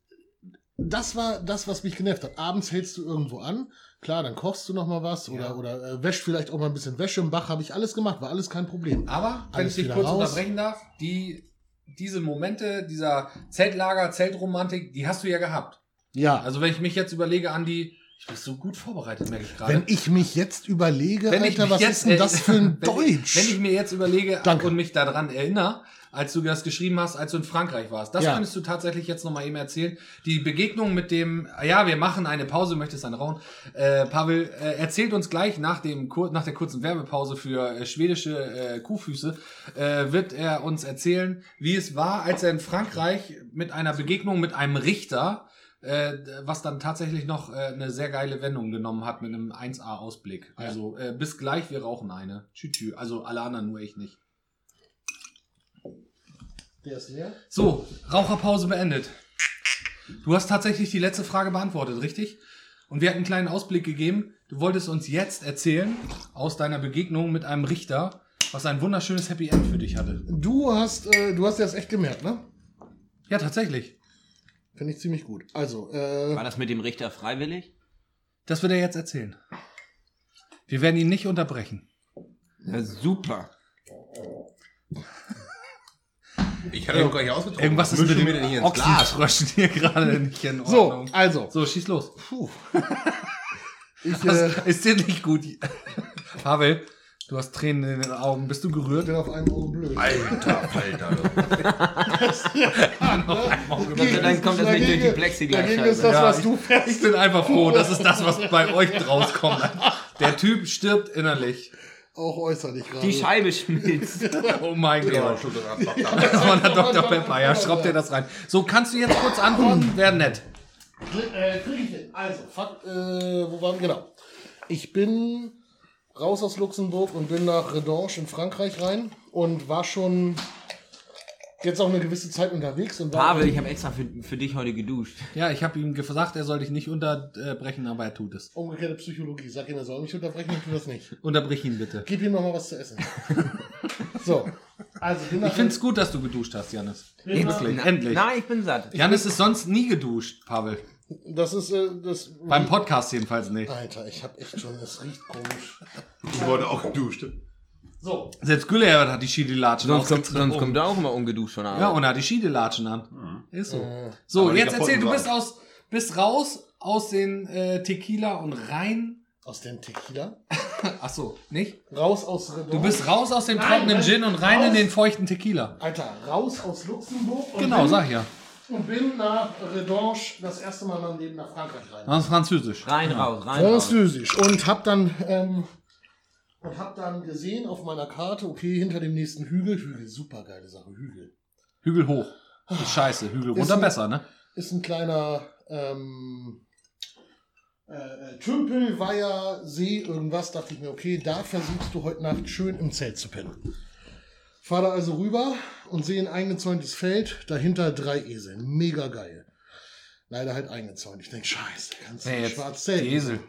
das war das, was mich genervt hat. Abends hältst du irgendwo an, klar, dann kochst du noch mal was oder, oder äh, wäscht vielleicht auch mal ein bisschen Wäsche im Bach, habe ich alles gemacht, war alles kein Problem. Aber, wenn Alles ich dich wieder kurz raus. unterbrechen darf, die, diese Momente dieser Zeltlager, Zeltromantik, die hast du ja gehabt. Ja, Also wenn ich mich jetzt überlege an die, ich bin so gut vorbereitet, merke ich gerade. wenn ich mich jetzt überlege, Alter, mich jetzt- was äh, ist denn das für ein wenn ich- Deutsch? Wenn ich mir jetzt überlege Danke. und mich daran erinnere, als du das geschrieben hast, als du in Frankreich warst, das Ja. könntest du tatsächlich jetzt nochmal eben erzählen. Die Begegnung mit dem, ja, wir machen eine Pause, möchtest dann rauchen. Äh, Pavel, äh, erzählt uns gleich nach, dem, kur- nach der kurzen Werbepause für äh, schwedische äh, Kuhfüße, äh, wird er uns erzählen, wie es war, als er in Frankreich mit einer Begegnung mit einem Richter äh, was dann tatsächlich noch äh, eine sehr geile Wendung genommen hat mit einem 1A-Ausblick. Also äh, bis gleich, wir rauchen eine. Tschü, tschü. Also alle anderen, nur ich nicht. Der ist leer. So, Raucherpause beendet. Du hast tatsächlich die letzte Frage beantwortet, richtig? Und wir hatten einen kleinen Ausblick gegeben. Du wolltest uns jetzt erzählen, aus deiner Begegnung mit einem Richter, was ein wunderschönes Happy End für dich hatte. Du hast, äh, du hast dir das echt gemerkt, ne? Ja, tatsächlich. Finde ich ziemlich gut. Also, äh, War das mit dem Richter freiwillig? Das wird er jetzt erzählen. Wir werden ihn nicht unterbrechen. Ja, super. Ich hatte ihn gar nicht ausgetrunken. Irgendwas ist mit Mischen wir denn hier den ins Glas? Ochsenfröschen hier gerade nicht in so, Ordnung. also. So, schieß los. Puh. ich, äh, Das ist dir nicht gut. Pavel, du hast Tränen in den Augen. Bist du gerührt? bin auf einem Auge blöd. Alter, Alter. Dann kommt das nicht durch die Plexiglasscheibe. Dagegen ist das, Ja, was ich- du Ich bin einfach froh, das ist das, was bei euch draus kommt. Der Typ stirbt innerlich. auch äußerlich gerade. Die Scheibe schmilzt. Oh mein Genau, Gott. schon so ab, ab, ab. Das war der Dr. Pepper. Ja, schraubt dir das rein. So, kannst du jetzt kurz antworten? Wäre nett. Äh, krieg ich hin. Also, Fakt, äh, wo waren wir? Genau. Ich bin raus aus Luxemburg und bin nach Redange in Frankreich rein und war schon jetzt auch eine gewisse Zeit unterwegs und war. Pavel, ich habe extra für, für dich heute geduscht. Ja, ich habe ihm gesagt, er soll dich nicht unterbrechen, aber er tut es. Umgekehrte Psychologie. Sag ihm, er soll mich unterbrechen, ich tu das nicht. Unterbrich ihn bitte. Gib ihm noch mal was zu essen. so. Also, bin nach Ich find's gut, dass du geduscht hast, Janis. Wirklich, Na- endlich. Nein, ich bin satt. Janis ist sonst nie geduscht, Pavel. Das ist, äh, das. Beim Podcast jedenfalls nicht. Alter, ich hab echt schon, es riecht komisch. Ich wurde auch geduscht. So, Selbst Gülleherbert hat die Schiedelatschen Sonst kommt, ausgezogen. sonst kommt er auch immer ungeduscht von Abend. Ja, und er hat die Schiedelatschen an. Ist so. So, Mhm. Aber die jetzt erzähl, kaputten du bist waren. aus, bist raus aus den äh, Tequila und rein. aus dem Tequila? Ach so, nicht? Raus aus Redon. Du bist raus aus dem Nein, trockenen nein, Gin und rein in raus. den feuchten Tequila. Alter, raus aus Luxemburg. Und Genau, bin, sag ich ja. Und bin nach Redonche das erste Mal in meinem Leben nach Frankreich rein. Das ist französisch. Rein, raus, rein, raus. Französisch. Und hab dann, ähm, und hab dann gesehen auf meiner Karte, okay, hinter dem nächsten Hügel, Hügel, super geile Sache, Hügel. Hügel hoch. Ist scheiße. Hügel runter ein- besser, ne? Ist ein kleiner, ähm, äh, äh, Tümpel, Weiher, See, irgendwas, dachte ich mir, okay, da versuchst du heute Nacht schön im Zelt zu pennen. Fahr da also rüber und sehe ein eingezäuntes Feld, dahinter drei Esel. Mega geil. Leider halt eingezäunt. Ich denk, scheiße, da kannst du Nee, hey, jetzt schwarz zelten. die Esel.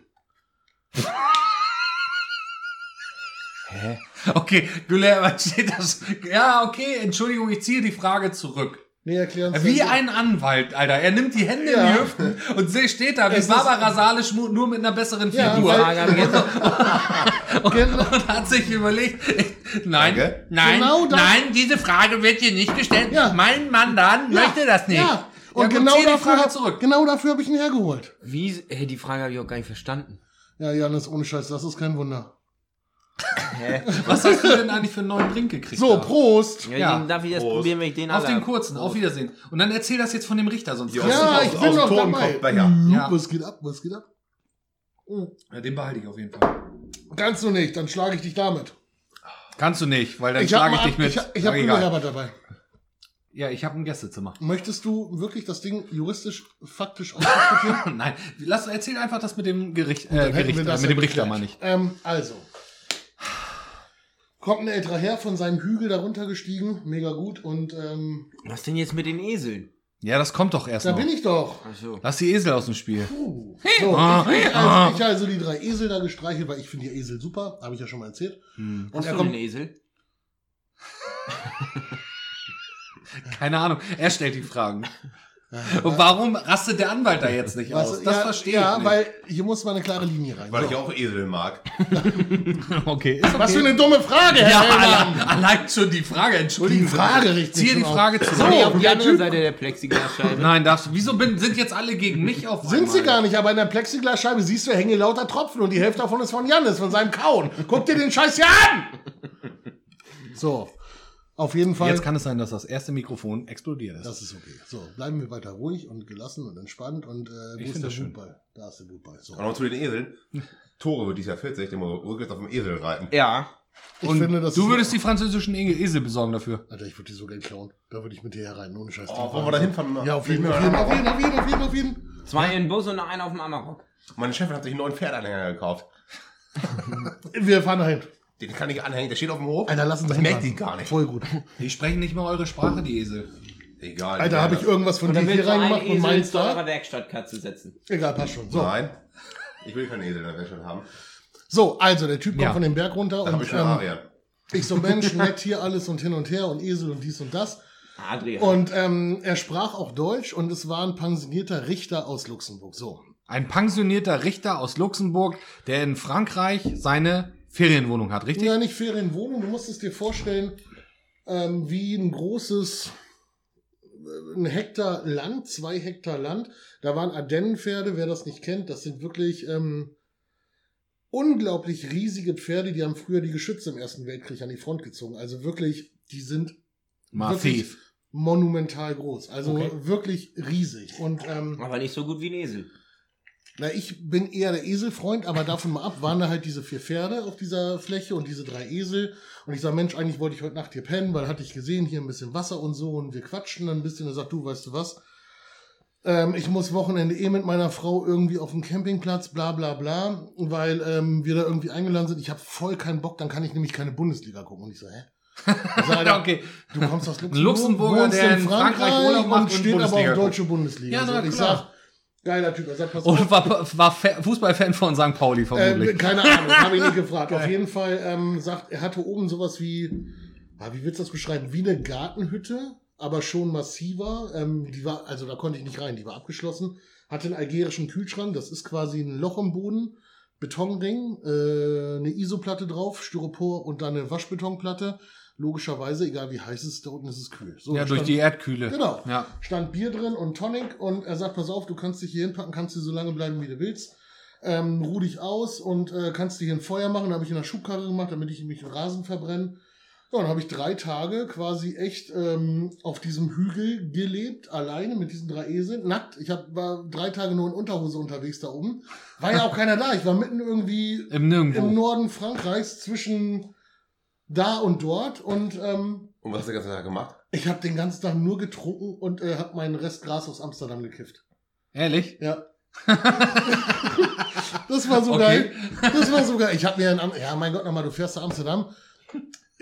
Hä? Okay, Güller, was steht das? Ja, okay, Entschuldigung, ich ziehe die Frage zurück. Nee, erklär uns Wie das. ein Anwalt, Alter. Er nimmt die Hände in Also, Ja. die Hüften und se- steht da wie Es ist- Barbara Salisch mu- nur mit einer besseren Ja, Figur. weil- Genau. und hat sich überlegt, nein, Danke. nein, Genau das- nein, diese Frage wird hier nicht gestellt. Ja. Mein Mann dann möchte das nicht. Ja. Und gut, genau, zieh die dafür Frage hab, zurück. genau dafür habe ich ihn hergeholt. Wie, hey, die Frage habe ich auch gar nicht verstanden. Ja, Janis, ohne Scheiß, das ist kein Wunder. Was hast du denn eigentlich für einen neuen Drink gekriegt? genau. So, da? Prost! Ja, Ja. Den darf ich erst probieren, wenn ich den auf alle den hab. kurzen, auf Wiedersehen. Und dann erzähl das jetzt von dem Richter, sonst. Ja. Ja, aus- ich aus- bin aus noch dem Ton dabei. Mhm. kommt Becher. Ja. Was geht ab, was geht ab? Ja, den behalte ich auf jeden Fall. Kannst du nicht, dann schlage ich dich damit. Kannst du nicht, weil dann Ich schlage habe ich dich mit. ich, hab- ich hab Aber Bruno egal. Herbert dabei. ja, ich habe ein Gästezimmer. Möchtest du wirklich das Ding juristisch, faktisch ausdiskutieren? Nein, lass, erzähl einfach das mit dem Gericht, äh, Dann hätten wir Gericht das mit dem ja Richter geklärt. meine ich. Ähm, also. Kommt ein älterer Herr von seinem Hügel darunter gestiegen, mega gut, und ähm, Was denn jetzt mit den Eseln? Ja, das kommt doch erst da noch. bin ich doch. Achso. Lass die Esel aus dem Spiel. So, ich, ich, Ah, also, ich also die drei Esel da gestreichelt, weil ich finde die Esel super, habe ich ja schon mal erzählt. Und Hast er du den kommt, Esel? Keine Ahnung. Er stellt die Fragen. Und warum rastet der Anwalt da jetzt nicht weißt aus? du, Das ja, verstehe ja, ich nicht. weil hier muss mal eine klare Linie rein. Weil So. ich auch Esel mag. okay, ist okay. Was für eine dumme Frage, Herr ja, Hellmann. alle- allein schon die Frage, entschuldigen Die Frage Sie. richtet Ziehe schon die auf. Frage So, zurück. nee, auf die der andere Typ- Seite der Plexiglasscheibe. Nein, darfst du. Wieso bin, sind jetzt alle gegen mich auf Sind einmal? sie gar nicht, aber in der Plexiglasscheibe siehst du, hängen lauter Tropfen und die Hälfte davon ist von Jannis, von seinem Kauen. Guck dir den Scheiß hier an! So, auf jeden Fall. Jetzt kann es sein, dass das erste Mikrofon explodiert ist. das ist okay. So, bleiben wir weiter ruhig und gelassen und entspannt und äh, wo Ich ist find der das schön. Wutball? Da ist der Wutball. So. Und noch zu den Eseln. Tore wird dies Jahr 40, der muss rückwärts auf dem Esel reiten. Ja. Ich Und finde, das du ist- würdest die französischen Enge- Esel besorgen dafür. Alter, ich würde die so gern klauen. Da würde ich mit dir herein, ohne Scheiß. Oh, wollen wir da hinfahren? Ja, auf jeden, auf jeden, auf jeden, auf jeden, auf jeden, auf jeden. Zwei in den Bus und einen auf dem Amarok. Meine Chefin hat sich einen neuen Pferdanhänger gekauft. Wir fahren dahin. Den kann ich anhängen, der steht auf dem Hof. Alter, lass uns das dahin merkt die fahren. gar nicht. Voll gut. Die sprechen nicht mal eure Sprache, die Esel. Egal. Alter, habe ich irgendwas von dir hier reingemacht und meins zu eurer da? Werkstattkatze setzen. Egal, passt schon. So, Nein. Ich will keinen Esel in der Werkstatt haben. so also der Typ kommt Ja. von dem Berg runter Da habe ich und schon ähm, Arian. ich so, Mensch, nett hier alles und hin und her und Esel und dies und das. Adrian. Und ähm, er sprach auch Deutsch und es war ein pensionierter Richter aus Luxemburg. So, Ein pensionierter Richter aus Luxemburg, der in Frankreich seine Ferienwohnung hat, richtig? Ja, nicht Ferienwohnung. Du musst es dir vorstellen, ähm, wie ein großes, äh, ein Hektar Land, zwei Hektar Land. Da waren Ardennenpferde, wer das nicht kennt, das sind wirklich ähm, unglaublich riesige Pferde, die haben früher die Geschütze im Ersten Weltkrieg an die Front gezogen. Also wirklich, die sind Massiv. wirklich monumental groß. Also Okay. wirklich riesig. Und ähm, Aber nicht so gut wie ein Esel. na, ich bin eher der Eselfreund, aber davon mal ab waren da halt diese vier Pferde auf dieser Fläche und diese drei Esel. Und ich sag, Mensch, eigentlich wollte ich heute Nacht hier pennen, weil hatte ich gesehen, hier ein bisschen Wasser und so. Und wir quatschen dann ein bisschen. Er sagt, du, weißt du was? Ähm, ich muss Wochenende eh mit meiner Frau irgendwie auf dem Campingplatz, bla bla bla, weil ähm, wir da irgendwie eingeladen sind. Ich habe voll keinen Bock, dann kann ich nämlich keine Bundesliga gucken. Und ich so, hä? Ich sag, Alter, okay. Du kommst aus Luxemburg, Luxemburger, wohnst der in Frankreich Urlaub macht und und steht aber Bundesliga auf deutsche Bundesliga. Ja, na so, ich klar. sag, geiler Typ. Er sagt, pass auf. Und war, war Fa- Fußballfan von St. Pauli vermutlich. Ähm, keine Ahnung, habe ich nicht gefragt. Auf jeden Fall ähm, sagt, er hatte oben sowas wie, ah, wie willst du das beschreiben? Wie eine Gartenhütte, aber schon massiver. Ähm, die war, also da konnte ich nicht rein, die war abgeschlossen. Hatte einen algerischen Kühlschrank, das ist quasi ein Loch im Boden, Betonring, äh, eine Isoplatte drauf, Styropor und dann eine Waschbetonplatte. Logischerweise, egal wie heiß es ist, da unten ist es kühl. So, ja, durch stand- die Erdkühle. Genau. Ja. Stand Bier drin und Tonic und er sagt, pass auf, du kannst dich hier hinpacken, kannst hier so lange bleiben, wie du willst. ähm, ruh dich aus und äh, kannst dir hier ein Feuer machen. Da habe ich in der Schubkarre gemacht, damit ich mich im Rasen verbrenne. Ja, dann habe ich drei Tage quasi echt ähm, auf diesem Hügel gelebt, alleine mit diesen drei Eseln, nackt. Ich hab, war drei Tage nur in Unterhose unterwegs da oben. War ja auch keiner da. Ich war mitten irgendwie Im Nirgendwo. im Norden Frankreichs zwischen da und dort und ähm, Und was hast du den ganzen Tag gemacht? ich habe den ganzen Tag nur getrunken und äh, habe meinen Rest Gras aus Amsterdam gekifft. Ehrlich? Ja. das war so Okay. geil. Das war so geil. Ich habe mir in Am ja, mein Gott, nochmal, du fährst nach Amsterdam.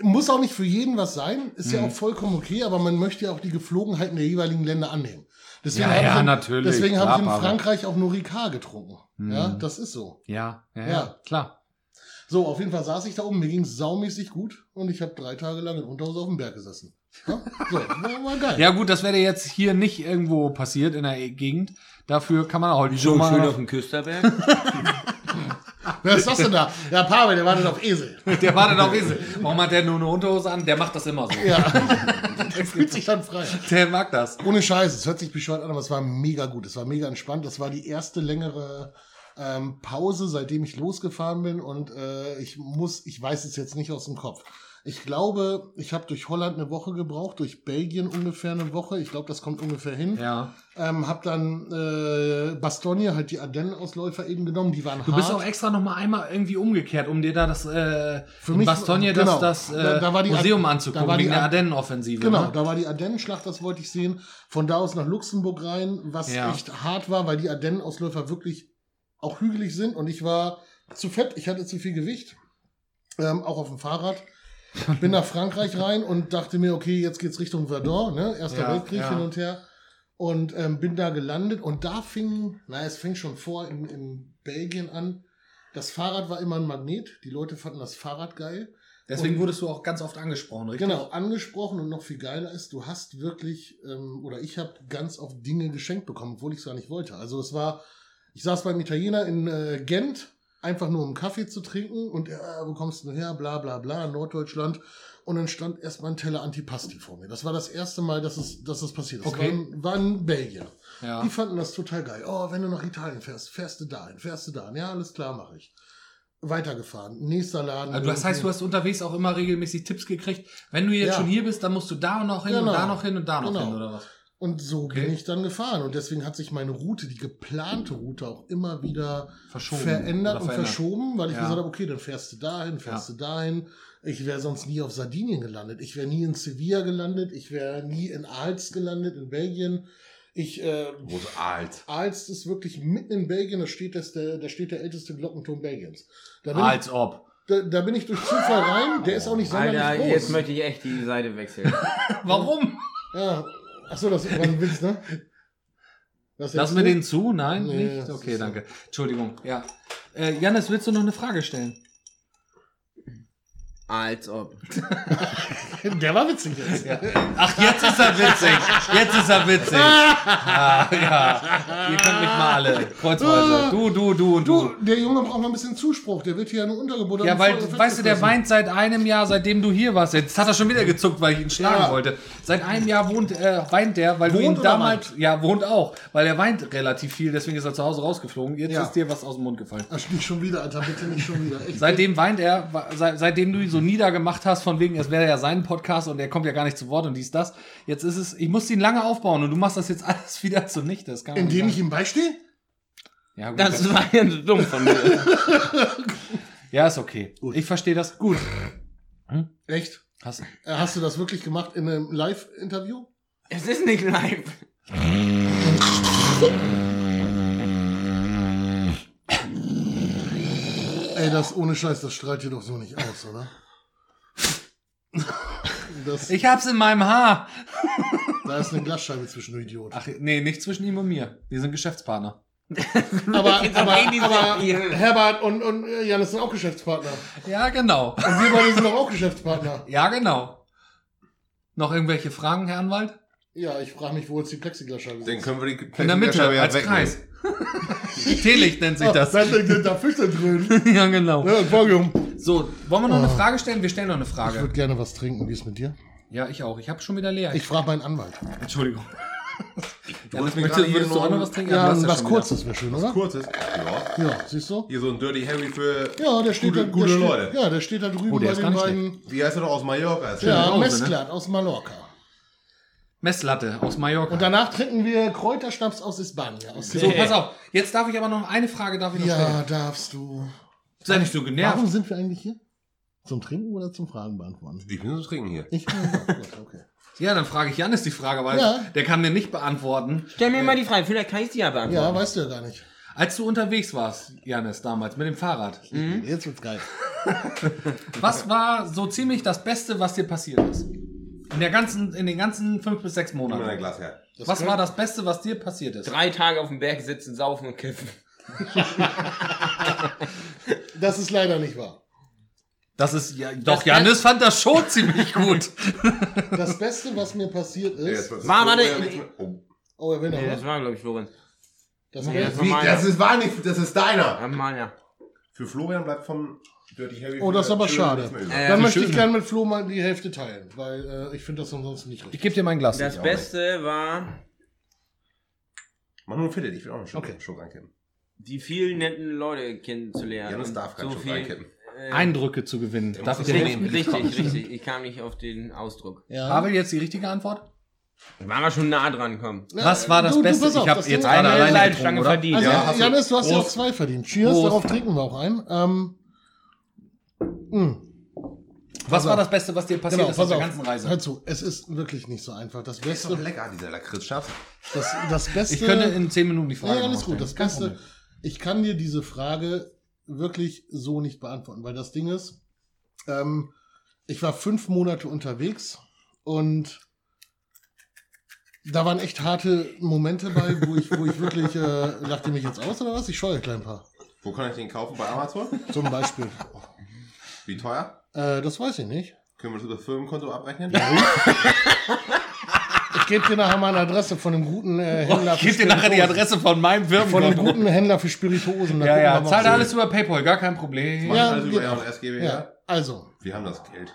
Muss auch nicht für jeden was sein, ist Mhm. ja auch vollkommen okay, aber man möchte ja auch die Geflogenheiten der jeweiligen Länder annehmen. Deswegen Ja, habe ja, ich in, natürlich, Deswegen habe ich klar, in Mhm. aber- Frankreich auch nur Ricard getrunken. Ja, das ist so. Ja, ja, ja, Ja. klar. So, auf jeden Fall saß ich da oben, mir ging's saumäßig gut und ich habe drei Tage lang in Unterhose auf dem Berg gesessen. Ja? So, war, war geil. Ja gut, das wäre jetzt hier nicht irgendwo passiert in der E-, Gegend. Dafür kann man auch heute schon So schön auf mal... dem Küsterberg. Wer ist das denn da? Ja, Pavel, der wartet auf Esel. Der wartet auf Esel. Warum hat der nur eine Unterhose an? Der macht das immer so. Ja. der fühlt sich dann frei. Der mag das. Ohne Scheiß, es hört sich bescheuert an, aber es war mega gut. Es war mega entspannt. Das war die erste längere ähm, Pause, seitdem ich losgefahren bin. Und äh, ich muss, ich weiß es jetzt nicht aus dem Kopf. Ich glaube, ich habe durch Holland eine Woche gebraucht, durch Belgien ungefähr eine Woche. Ich glaube, das kommt ungefähr hin. Ja. Ähm, hab dann äh, Bastogne, halt die Ardennen-Ausläufer eben genommen, die waren Du hart. bist auch extra noch mal einmal irgendwie umgekehrt, um dir da das äh, in mich- Bastogne genau. das, das äh, Da- da war die Ad- Museum da anzugucken, war die wegen der Ad- Ardennenoffensive. Genau, Ne? da war die Ardennenschlacht, das wollte ich sehen. Von da aus nach Luxemburg rein, was Ja. echt hart war, weil die Ardennenausläufer wirklich auch hügelig sind und ich war zu fett, ich hatte zu viel Gewicht, ähm, auch auf dem Fahrrad. Bin nach Frankreich rein und dachte mir, okay, jetzt geht's Richtung Verdun, ne? Erster Ja, Weltkrieg ja. hin und her. Und ähm, bin da gelandet und da fing, na, es fing schon vor in, in Belgien an. Das Fahrrad war immer ein Magnet. Die Leute fanden das Fahrrad geil. Deswegen wurdest du auch ganz oft angesprochen, richtig? Genau, angesprochen und noch viel geiler ist, du hast wirklich, ähm, oder ich habe ganz oft Dinge geschenkt bekommen, obwohl ich es gar nicht wollte. Also es war, ich saß beim Italiener in äh, Gent, einfach nur um Kaffee zu trinken und äh, wo kommst du her, bla bla bla, Norddeutschland. Und dann stand erstmal ein Teller Antipasti vor mir. Das war das erste Mal, dass es, dass das passiert ist. Okay. War, in, war in Belgien. Ja. Die fanden das total geil. Oh, wenn du nach Italien fährst, fährst du dahin, fährst du dahin. Ja, alles klar, mache ich. Weitergefahren, nächster Laden. Also das heißt, du hast unterwegs auch immer regelmäßig Tipps gekriegt. Wenn du jetzt Ja. schon hier bist, dann musst du da noch hin Genau. und da noch hin und da noch Genau. hin, oder was? Und so Okay. bin ich dann gefahren. Und deswegen hat sich meine Route, die geplante Route, auch immer wieder Verschoben verändert oder und verändert. verschoben, weil ich Ja. gesagt habe, okay, dann fährst du dahin, fährst Ja. du dahin. Ich wäre sonst nie auf Sardinien gelandet. Ich wäre nie in Sevilla gelandet. Ich wäre nie in Aalst gelandet, in Belgien. Ich, äh, Wo ist alt? Aalst ist wirklich mitten in Belgien, da steht, das, der, da steht der älteste Glockenturm Belgiens. Da bin, ich, Als ob. da, da bin ich durch Zufall rein, der ist auch nicht sonderlich Alter, groß. jetzt möchte ich echt die Seite wechseln. Warum? ja. Achso, das war ein Witz, ne? Das Lassen jetzt wir nicht? den zu? Nein, Nee, nicht? das Okay, ist so. danke. Entschuldigung, ja. Äh, Janis, willst du noch eine Frage stellen? Als ob. Der war witzig jetzt. Ach, jetzt ist er witzig. Jetzt ist er witzig. Ah, ja. Ihr könnt mich mal alle. Kreuzweise. Du, du, du und Du, du. der Junge braucht mal ein bisschen Zuspruch. Der wird hier ja nur Also, untergebuttert. Ja, und weil, voll weißt du, der festgefressen. weint seit einem Jahr, seitdem du hier warst. Jetzt hat er schon wieder gezuckt, weil ich ihn schlagen Ja. wollte. Seit einem Jahr wohnt, äh, weint der, weil du Wohnt ihn oder damals. Ja, wohnt auch. Weil er weint relativ viel, deswegen ist er zu Hause rausgeflogen. Jetzt Ja. ist dir was aus dem Mund gefallen. Ach, nicht schon wieder, Alter. Bitte nicht schon wieder. Echt. Seitdem weint er, wa- seit, seitdem du ihn so niedergemacht hast, von wegen, es wäre ja sein Podcast und er kommt ja gar nicht zu Wort und dies, das. Jetzt ist es, ich musste ihn lange aufbauen und du machst das jetzt alles wieder zunichte. Das kann man Indem nicht ich ihm beistehe? sagen. ja, gut, das Das war ja so dumm von mir. ja, ist okay. Ich verstehe das. Gut. Echt? Hast, Äh, Hast du das wirklich gemacht in einem Live-Interview? Es ist nicht live. Ey, das ohne Scheiß, das strahlt dir doch so nicht aus, oder? Das, ich hab's in meinem Haar. da ist eine Glasscheibe zwischen, du Idiot. Ach, nee, nicht zwischen ihm und mir. Wir sind Geschäftspartner. Aber, Jetzt aber, reden die so aber viel. Herbert und, und äh, Janis sind auch Geschäftspartner. Ja, genau. Und wir beide sind doch auch Geschäftspartner. Ja, genau. Noch irgendwelche Fragen, Herr Anwalt? Ja, ich frage mich, wo jetzt die Plexiglasscheibe ist. Den können wir die In der Mitte, Scheibe ja als Kreis. Teelicht nennt sich das. Da, da, da Fische drin. ja, genau. Ja, Entschuldigung. So, wollen wir noch eine Frage stellen? Wir stellen noch eine ne? Oh. Ich Frage. würde gerne was trinken. Wie ist mit dir? Ja, ich auch. Ich habe schon wieder leer. Ich frage meinen Anwalt. Entschuldigung. Du hast mir möchtest- gerade hier würdest du auch noch noch was trinken? Ja, du hast was schon Kurzes wäre schön, oder? kurzes. Ja. Ja, siehst du? Hier so ein Dirty Harry für Ja, der steht gute, da, gute der Leute. Steht, ja, der steht da drüben Oh, der bei ist den gar nicht beiden. Wie heißt er doch aus Mallorca? Ist Ja, schön. Mezclat aus Mallorca. Messlatte aus Mallorca. Und danach trinken wir Kräuterschnaps aus Hispania. Aus so, pass auf. Jetzt darf ich aber noch eine Frage darf ich noch ja, stellen. darfst du. Sei nicht so genervt. Warum sind wir eigentlich hier? Zum Trinken oder zum Fragen beantworten? Ich bin so trinken hier. Ich gut, okay. Ja, dann frage ich Janis die Frage, weil Ja. der kann mir nicht beantworten. Stell mir mal die Frage, vielleicht kann ich sie ja beantworten. Ja, weißt du ja gar nicht. Als du unterwegs warst, Janis, damals mit dem Fahrrad, Jetzt wird's geil. was war so ziemlich das Beste, was dir passiert ist? In, der ganzen, in den ganzen fünf bis sechs Gib mir dein Monaten. Glas her. Was war das Beste, was dir passiert ist? Drei Tage auf dem Berg sitzen, saufen und kiffen. Das ist leider nicht wahr. Das ist ja, doch Das- Janis fand das schon ziemlich gut. Das Beste, was mir passiert Ja, jetzt- ist. das War ist- da ja der- nichts mehr. Oh. Oh, er will noch Nee, was. das war, glaube ich, Florenz. Das Nee, will- das war Wie, meiner. das ist war nicht, das ist deiner. Ja, meiner. Für Florian bleibt vom Dirty Harry. Oh, das ist aber schön schade. nichts mehr über. Äh, Dann möchte schön. ich gerne mit Flo mal die Hälfte teilen, weil äh, ich finde das ansonsten nicht richtig. Ich gebe dir mein Glas. Das Beste war Mach nur ein Viertel, ich will auch noch Okay. einen Schluck reinkippen. die vielen netten Leute kennenzulernen. Janis Und darf keinen so Schluck viel- reinkippen. Äh, Eindrücke zu gewinnen. Darf ich dir richtig, helfen? richtig, richtig. Ich kam nicht auf den Ausdruck. Ja. Habe ich jetzt die richtige Antwort? Waren wir schon nah dran kommen. Ja, Was war das du- du Beste? pass auf, ich habe das jetzt Ding- gerade Eine alleine getrunken, Leitstange oder? verdient. Also, Ja, hast du. Janis, du hast ja auch Prost. zwei verdient. Cheers, Prost. darauf trinken wir auch ein. Ähm, Was war das Beste, was dir passiert genau, ist auf der pass auf. ganzen Hör Reise? zu, es ist wirklich nicht so einfach. Das Ist doch Beste, lecker, dieser Lakritzschatz. das, das Beste. Ich könnte in zehn Minuten die Frage ja, alles nochmal gut. Das stellen. Kein Beste. Problem. Ich kann dir diese Frage wirklich so nicht beantworten, weil das Ding ist, ähm, ich war fünf Monate unterwegs und da waren echt harte Momente bei, wo ich, wo ich wirklich, äh, lacht ihr mich jetzt aus oder was? Ich scheue euch gleich ein paar. Wo kann ich den kaufen? Bei Amazon? Zum Beispiel. Wie teuer? äh, das weiß ich nicht. Können wir das über das Firmenkonto abrechnen? Ich gebe dir nachher mal eine Adresse von einem guten äh, Händler. Oh, Ich gebe dir nachher die Adresse von meinem Von einem Firmenkonto. guten Händler für Spirituosen. Da Ja, gucken wir ja, mal, zahlt ob- alles über Paypal, gar kein Problem. Machen Ja, alles also über genau. R&S GbR? Ja, also, Wir haben das Geld.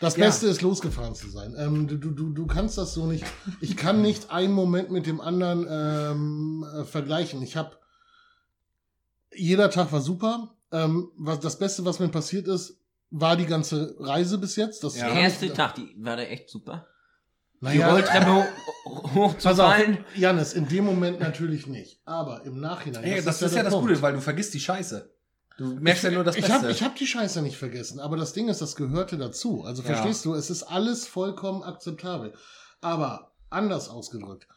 Das Ja. Beste ist, losgefahren zu sein. Ähm, du, du, du, du kannst das so nicht. Ich kann nicht einen Moment mit dem anderen ähm, äh, vergleichen. Ich habe jeder Tag war super. Ähm, was, das Beste, was mir passiert ist, war die ganze Reise bis jetzt. Das Ja. Der kann ich- erste Tag, die war da echt super. Die Naja, Rolltreppe ho- pass auf, Um hochzufallen. Janis, in dem Moment natürlich nicht. Aber im Nachhinein. Ey, das, ist ja der das Punkt. Gute, weil du vergisst die Scheiße. Du merkst ja nur das ich habe Beste. ich hab die Scheiße nicht vergessen, aber das Ding ist, das gehörte dazu. Also Ja. verstehst du, es ist alles vollkommen akzeptabel. Aber anders ausgedrückt,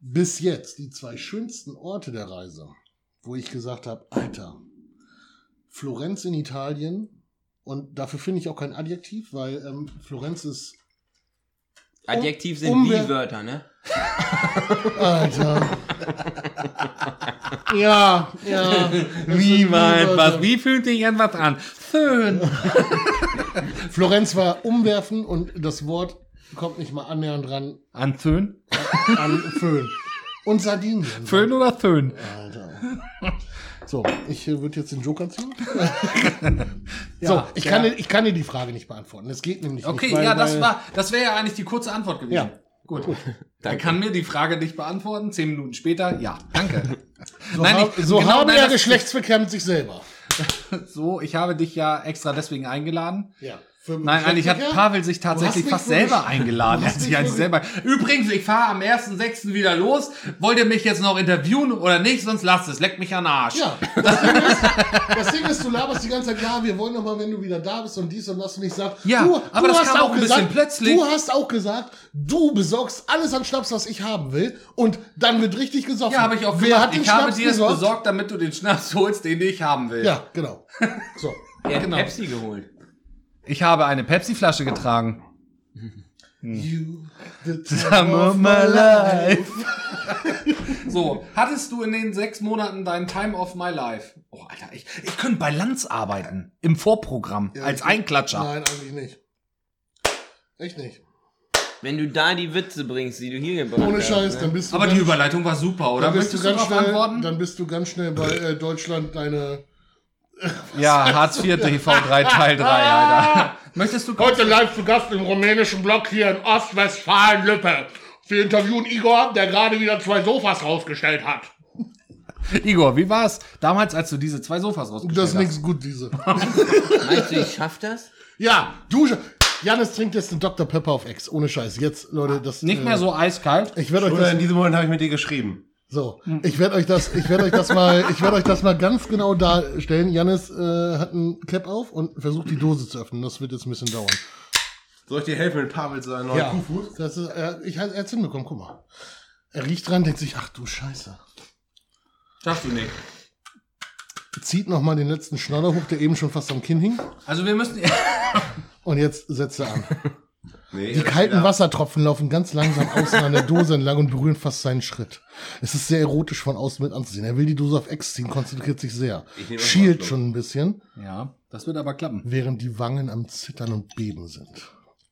bis jetzt die zwei schönsten Orte der Reise, wo ich gesagt habe, Alter, Florenz in Italien und dafür finde ich auch kein Adjektiv, weil ähm, Florenz ist Adjektiv sind Umwelt- die Wörter, ne? Alter. ja, ja. Niemand wie fühlt dich etwas an? Schön. Florenz war umwerfen und das Wort kommt nicht mal annähernd ran An Föhn? an Föhn. Und Sardinien. Föhn oder Föhn? Alter. So, ich würde jetzt den Joker ziehen. so, ich, ja. kann, dir- ich kann dir die Frage nicht beantworten. Es geht nämlich Okay, nicht. weil- ja, das weil- war, das wäre ja eigentlich die kurze Antwort gewesen. Ja. Gut. Dann kann mir die Frage nicht beantworten. Zehn Minuten später, ja, danke. nein, hab- ich- so genau, haben nein, ja das- Geschlechtsverkehr mit sich selber. So, ich habe dich ja extra deswegen eingeladen. Ja. für Nein, eigentlich hat Geschlechtsverkehr? Pavel sich Du hast tatsächlich mich fast wirklich- selber eingeladen. Du Er hast hat sich mich eigentlich selber. Übrigens, ich fahre am 1.6. wieder los. Wollt ihr mich jetzt noch interviewen oder nicht? Sonst lasst es. Leckt mich an den Arsch. Ja, das Ding, ist, das Ding ist, du laberst die ganze Zeit, ja, wir wollen nochmal, wenn du wieder da bist und dies und das und ich sag, Ja, du, aber das kam auch ein bisschen gesagt, plötzlich. Du hast auch gesagt, du besorgst alles an Schnaps, was ich haben will und dann wird richtig gesoffen. Ja, habe ich auch Wer gemacht. hat den Ich habe Schnaps dir das besorgt? besorgt, damit du den Schnaps holst, den ich haben will. Ja, genau. So. Er hat Genau. Pepsi geholt. Ich habe eine Pepsi-Flasche getragen. You, the Time of my life. So, hattest du in den sechs Monaten deinen Time of My Life? Oh, Alter, ich, ich könnte bei Lanz arbeiten. Im Vorprogramm. als ich- Einklatscher. Nein, eigentlich nicht. Echt nicht. Wenn du da die Witze bringst, die du hier gebracht Ohne hast. Scheiß, dann bist du Aber die ganz- Überleitung war super, oder? dann bist du Möchtest du ganz darauf schnell, antworten? dann bist du ganz schnell bei äh, Deutschland deine ja, Hartz IV TV 3 Teil 3, Alter. Möchtest du Heute live zu Gast im rumänischen Block hier in Ostwestfalen-Lüppe. Wir interviewen Igor, der gerade wieder zwei Sofas rausgestellt hat. Igor, wie war's damals, als du diese zwei Sofas rausgestellt Das hast? ist nichts gut, diese. Meinst du, ich schaff das? Ja, du. sch- Janis trinkt jetzt den Dr. Pepper auf Ex. Ohne Scheiß. Jetzt, Leute, das. äh, Nicht mehr so eiskalt. Ich werde euch Oder das. in diesem Moment habe ich mit dir geschrieben. So, ich werde euch das, ich werde euch das mal, ich werde euch das mal ganz genau darstellen. Janis äh, hat ein Cap auf und versucht die Dose zu öffnen. Das wird jetzt ein bisschen dauern. Soll ich dir helfen mit Pavel zu seinem neuen Ja, Kuhfuß? das ist, er, ich, er hat's hinbekommen, guck mal. Er riecht dran, denkt sich, ach du Scheiße. Schaffst du nicht. Zieht nochmal den letzten Schnaller hoch, der eben schon fast am Kinn hing. Also wir müssen. Und jetzt setzt er an. Nee, Die das kalten wieder- Wassertropfen laufen ganz langsam außen an der Dose entlang und berühren fast seinen Schritt. Es ist sehr erotisch von außen mit anzusehen. Er will die Dose auf Ex ziehen, konzentriert sich sehr. Ich nehme Schielt Ausflug. schon ein bisschen, Ja, das wird aber klappen. während die Wangen am Zittern und Beben sind.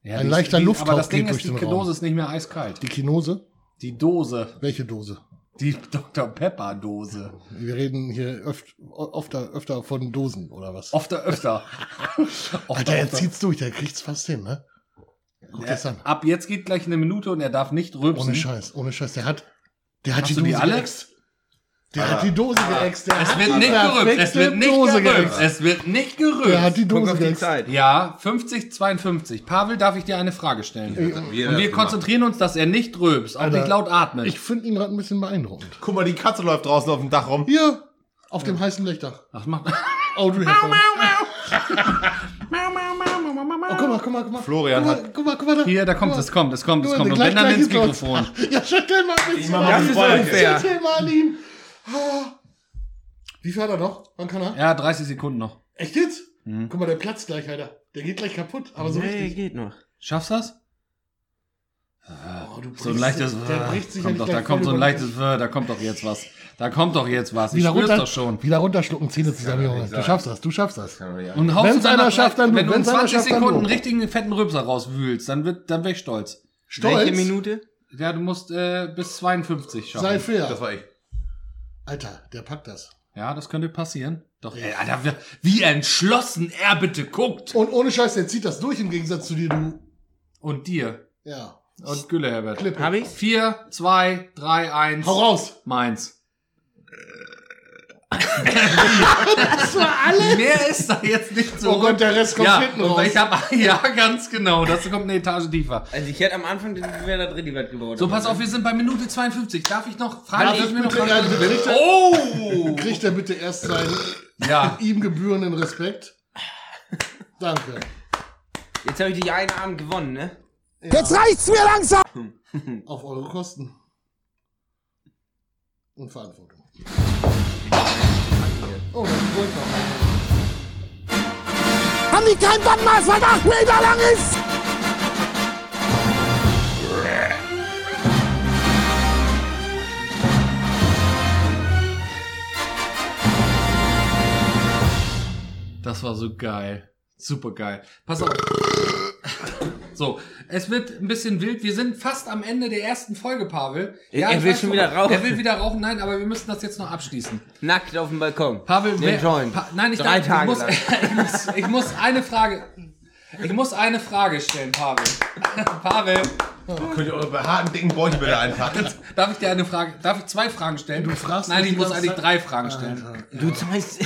Ja, Ein leichter Lufthauch Aber das Ding geht ist, die durch den Raum. Dose ist nicht mehr eiskalt. Die Kinose? Die Dose, Welche Dose? die Dr. Pepper Dose. Wir reden hier öft, öfter, öfter von Dosen, oder was? Oft öfter. Oft Alter, er zieht's durch, der kriegt's fast hin, ne? Guck das an. Ab jetzt geht gleich eine Minute und er darf nicht rülpsen. Ohne Scheiß, ohne Scheiß. Der hat, der hat Hast die du Dose die alle? Ah. geäxt. Der hat die Dose geäxt. Der Es hat wird die nicht gerülpst. Es wird perfekte nicht Dose gerülpst. geäxt. Es wird nicht Der hat gerülpst. die Guck Dose auf die geäxt. Zeit. Ja, 50, 52. Pavel, darf ich dir eine Frage stellen? Und wir konzentrieren uns, dass er nicht rülpst, auch Alter, nicht laut atmet. Ich finde ihn gerade ein bisschen beeindruckend. Guck mal, die Katze läuft draußen auf dem Dach rum. Hier, auf dem heißen Blechdach. Ach, mach, Audrey Hepburn. Oh, guck mal, guck mal, guck mal. Florian guck mal, hat- guck mal, guck mal da. hier, da kommt Guck es, kommt es, kommt es, Guck mal, kommt. Und gleich- wenn dann gleich ins geht's los. Mikrofon. Ja, schüttel mal ein bisschen. mach mal an die ihn. Wolke. Schüttel mal an ihn. Ah. Wie viel hat er noch? Wann kann er? Ja, Mhm. 30 Sekunden noch. Echt jetzt? Guck mal, der platzt gleich, Alter. Der geht gleich kaputt, aber so richtig. geht noch. Schaffst du das? Oh, du So ein brichst- leichtes. Der bricht sich ja kommt nicht doch, gleich da kommt voll so ein über- leichtes. Da kommt doch jetzt was. Da kommt doch jetzt was. Ich Wieder spür's runter, doch schon. wieder runterschlucken, Zähne zusammen, doch Junge. nicht Du sein. schaffst das, du schaffst das. Und haust Wenn's du dann einer nach- schafft, dann wenn du. du in Wenn's einer 20 schafft, dann Sekunden einen du. richtigen fetten Rübser rauswühlst, dann wird, dann wär ich stolz. Welche Stolz, Minute? Ja, du musst äh, bis 52 schaffen. sei fair. Das war ich. Alter, der packt das. Ja, das könnte passieren. Doch, ey, Alter, wir- wie entschlossen er bitte guckt. Und ohne Scheiß, der zieht das durch im Gegensatz zu dir, du. Und dir. Ja. Und Gülle, Herbert. Klippe. Hab ich's? 4, 2, 3, 1. Hau raus! Meins. Das war alle! Mehr ist da jetzt nicht so. Oh Gott, der Rest kommt ja, hinten und raus. Ich hab, ja, ganz genau. Das kommt eine Etage tiefer. Also ich hätte am Anfang den wäre da drin die Welt gebaut. So, pass auf, wir sind bei Minute 52. Darf ich noch fragen? Darf Darf ich mir noch bitte- fragen? ja, bitte- Oh! Kriegt er bitte erst seinen Ja. ihm gebührenden Respekt? Danke. Jetzt habe ich dich einen Abend gewonnen, ne? Auf eure Kosten. Und Verantwortung. Oh, das ist wohl noch. Haben die kein Bandmaß, was acht Meter lang ist? Das war so geil. Super geil. Pass auf. So, es wird ein bisschen wild. Wir sind fast am Ende der ersten Folge, Pavel. Er ich will weiß schon noch- wieder rauchen. Er will wieder rauchen, nein, aber wir müssen das jetzt noch abschließen. Nackt auf dem Balkon. Pavel, Den wer- Joint. Pa nein, ich, Drei darf, Tage ich, muss, lang. ich, muss, ich muss eine Frage. Ich muss eine Frage stellen, Pavel. Pavel, Könnt ihr eure harten, dicken Bäuche bitte einpacken? darf ich dir eine Frage, darf ich zwei Fragen stellen? Du fragst Nein, mich ich muss die eigentlich ganze Ah, drei Fragen stellen. Du zeigst.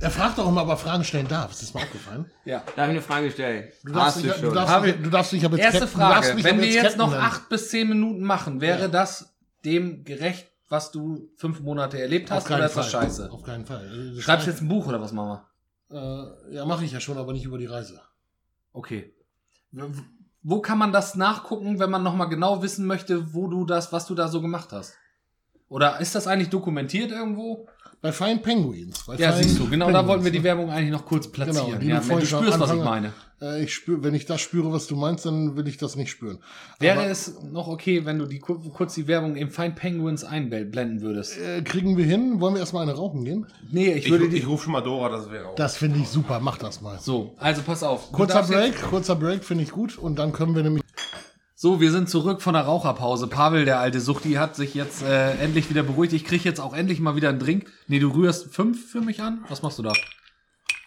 Er fragt doch immer, ob er Fragen stellen darf. Ist das mal aufgefallen? Ja. Darf ich eine Frage stellen? Du darfst, nicht, du darfst, Habe- nicht- du darfst nicht aber jetzt Erste Captain- du darfst Frage. nicht Wenn aber wir jetzt Captain noch nennen. acht bis zehn Minuten machen, wäre Ja. das dem gerecht, was du fünf Monate erlebt Auf hast, keinen oder ist das Fall. scheiße? Auf keinen Fall. Äh, Schreibst du jetzt ein Buch oder was, Mama? Äh, ja, mache ich ja schon, aber nicht über die Reise. Okay. W- Wo kann man das nachgucken, wenn man nochmal genau wissen möchte, wo du das, was du da so gemacht hast? Oder ist das eigentlich dokumentiert irgendwo? Bei Fine Penguins. Bei Ja, Fine siehst du, genau da Penguins, wollten wir die ne? Werbung eigentlich noch kurz platzieren. Genau, die ja, wenn du du vorhin schon spürst, was ich anfangen- meine. Äh, ich spür, wenn ich das spüre, was du meinst, dann will ich das nicht spüren. Wäre Aber, es noch okay, wenn du die, kur- kurz die Werbung im Fine Penguins einblenden würdest? äh, kriegen wir hin? Wollen wir erstmal eine rauchen gehen? Nee, ich Ich, würde ru- die. ich rufe schon mal Dora, das wäre auch. Das finde ich super. Mach das mal. So, also pass auf. Du Kurzer darfst jetzt- Break, kurzer Break finde ich gut und dann können wir nämlich So, wir sind zurück von der Raucherpause. Pavel, der alte Suchti, hat sich jetzt äh, endlich wieder beruhigt. Ich krieg jetzt auch endlich mal wieder einen Drink. Nee, du rührst fünf für mich an? Was machst du da?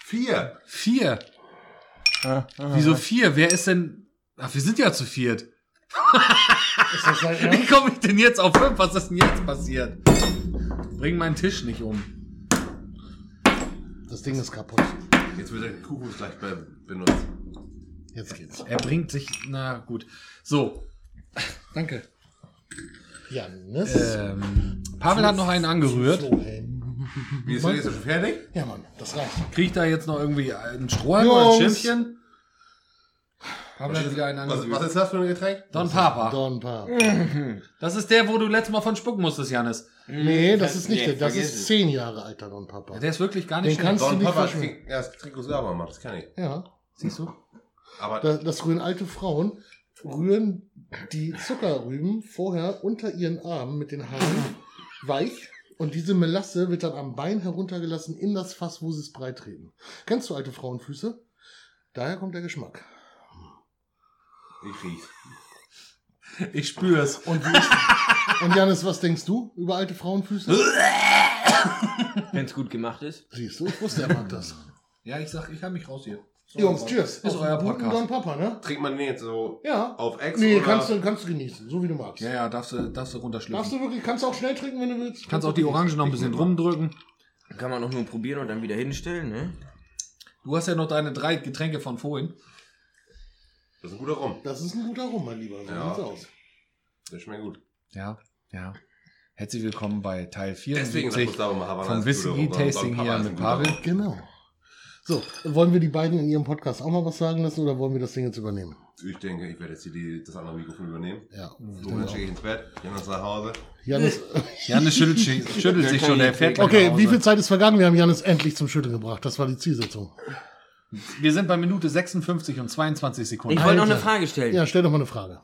Vier. Ah, Vier. Wieso vier? Wer ist denn... Ach, wir sind ja zu viert. Ist das dein Wie Ernst? komme ich denn jetzt auf fünf? Was ist denn jetzt passiert? Bring meinen Tisch nicht um. Das Ding ist kaputt. Jetzt wird der Kuchen gleich be- benutzt. Jetzt geht's. Er bringt sich. Na gut. So. Danke. Janis. Ähm, Pavel hat noch einen angerührt. Wilhelm. Wie ist denn jetzt schon fertig? Ja, Mann, das reicht. Kriegt da jetzt noch irgendwie einen Strohhalm oder ein Jungs. Schimpfchen? Pavel hat wieder einen Was, was angerührt. ist das für ein Getränk? Don Papa. Don Pap. Das ist der, wo du letztes Mal von spucken musstest, Janis. Nee, das ist nicht Nee, der. Das vergiss ist es. zehn Jahre alter Don Papa. Der ist wirklich gar Den nicht kannst du Don nicht Papa verschwenden. trinkt erst Trikots Gerber macht, das kann ich. Ja, Siehst du? Aber da- das rühren alte Frauen, rühren die Zuckerrüben vorher unter ihren Armen mit den Haaren weich und diese Melasse wird dann am Bein heruntergelassen in das Fass, wo sie es breit treten. Kennst du alte Frauenfüße? Daher kommt der Geschmack. ich riech's. Ich spür's. Und, wie ist- und Janis, was denkst du über alte Frauenfüße? Wenn's gut gemacht ist. Siehst du, ich wusste, er mag das. Ja, ich sag, ich hab mich raus hier. So, Jungs, cheers. Ist euer Auf guten Podcast. Don Papa, ne? Trinkt man den jetzt so Ja. auf Ex Nee, oder? kannst du, kannst du genießen, so wie du magst. Ja, ja, darfst du, darfst du runterschlüpfen. Darfst du wirklich, kannst du auch schnell trinken, wenn du willst. Kannst auch die Orange noch ein bisschen rumdrücken. Kann man auch nur probieren und dann wieder hinstellen, ne? Du hast ja noch deine drei Getränke von vorhin. Das ist ein guter Rum. Das ist ein guter Rum, mein Lieber. So Ja. sieht's aus. Der schmeckt gut. Ja, ja. Herzlich willkommen bei Teil Deswegen 74 Gustavo mal Havana vom ist ein guter Rum, sondern Don Whisky-Tasting Papa hier ist ein mit guter Rum. Pavel. Genau. So, wollen wir die beiden in ihrem Podcast auch mal was sagen lassen oder wollen wir das Ding jetzt übernehmen? Ich denke, ich werde jetzt hier die, das andere Mikrofon übernehmen. Ja. So, genau. dann schicke ich ins Bett, gehen uns nach Hause. Janis, Janis schüttelt, sich- schüttelt sich schon, der fährt okay, nach Hause. wie viel Zeit ist vergangen? Wir haben Janis endlich zum Schütteln gebracht. Das war die Zielsetzung. Wir sind bei Minute 56 und 22 Sekunden. Ich wollte halt noch Alter. eine Frage stellen. Ja, stell doch mal eine Frage.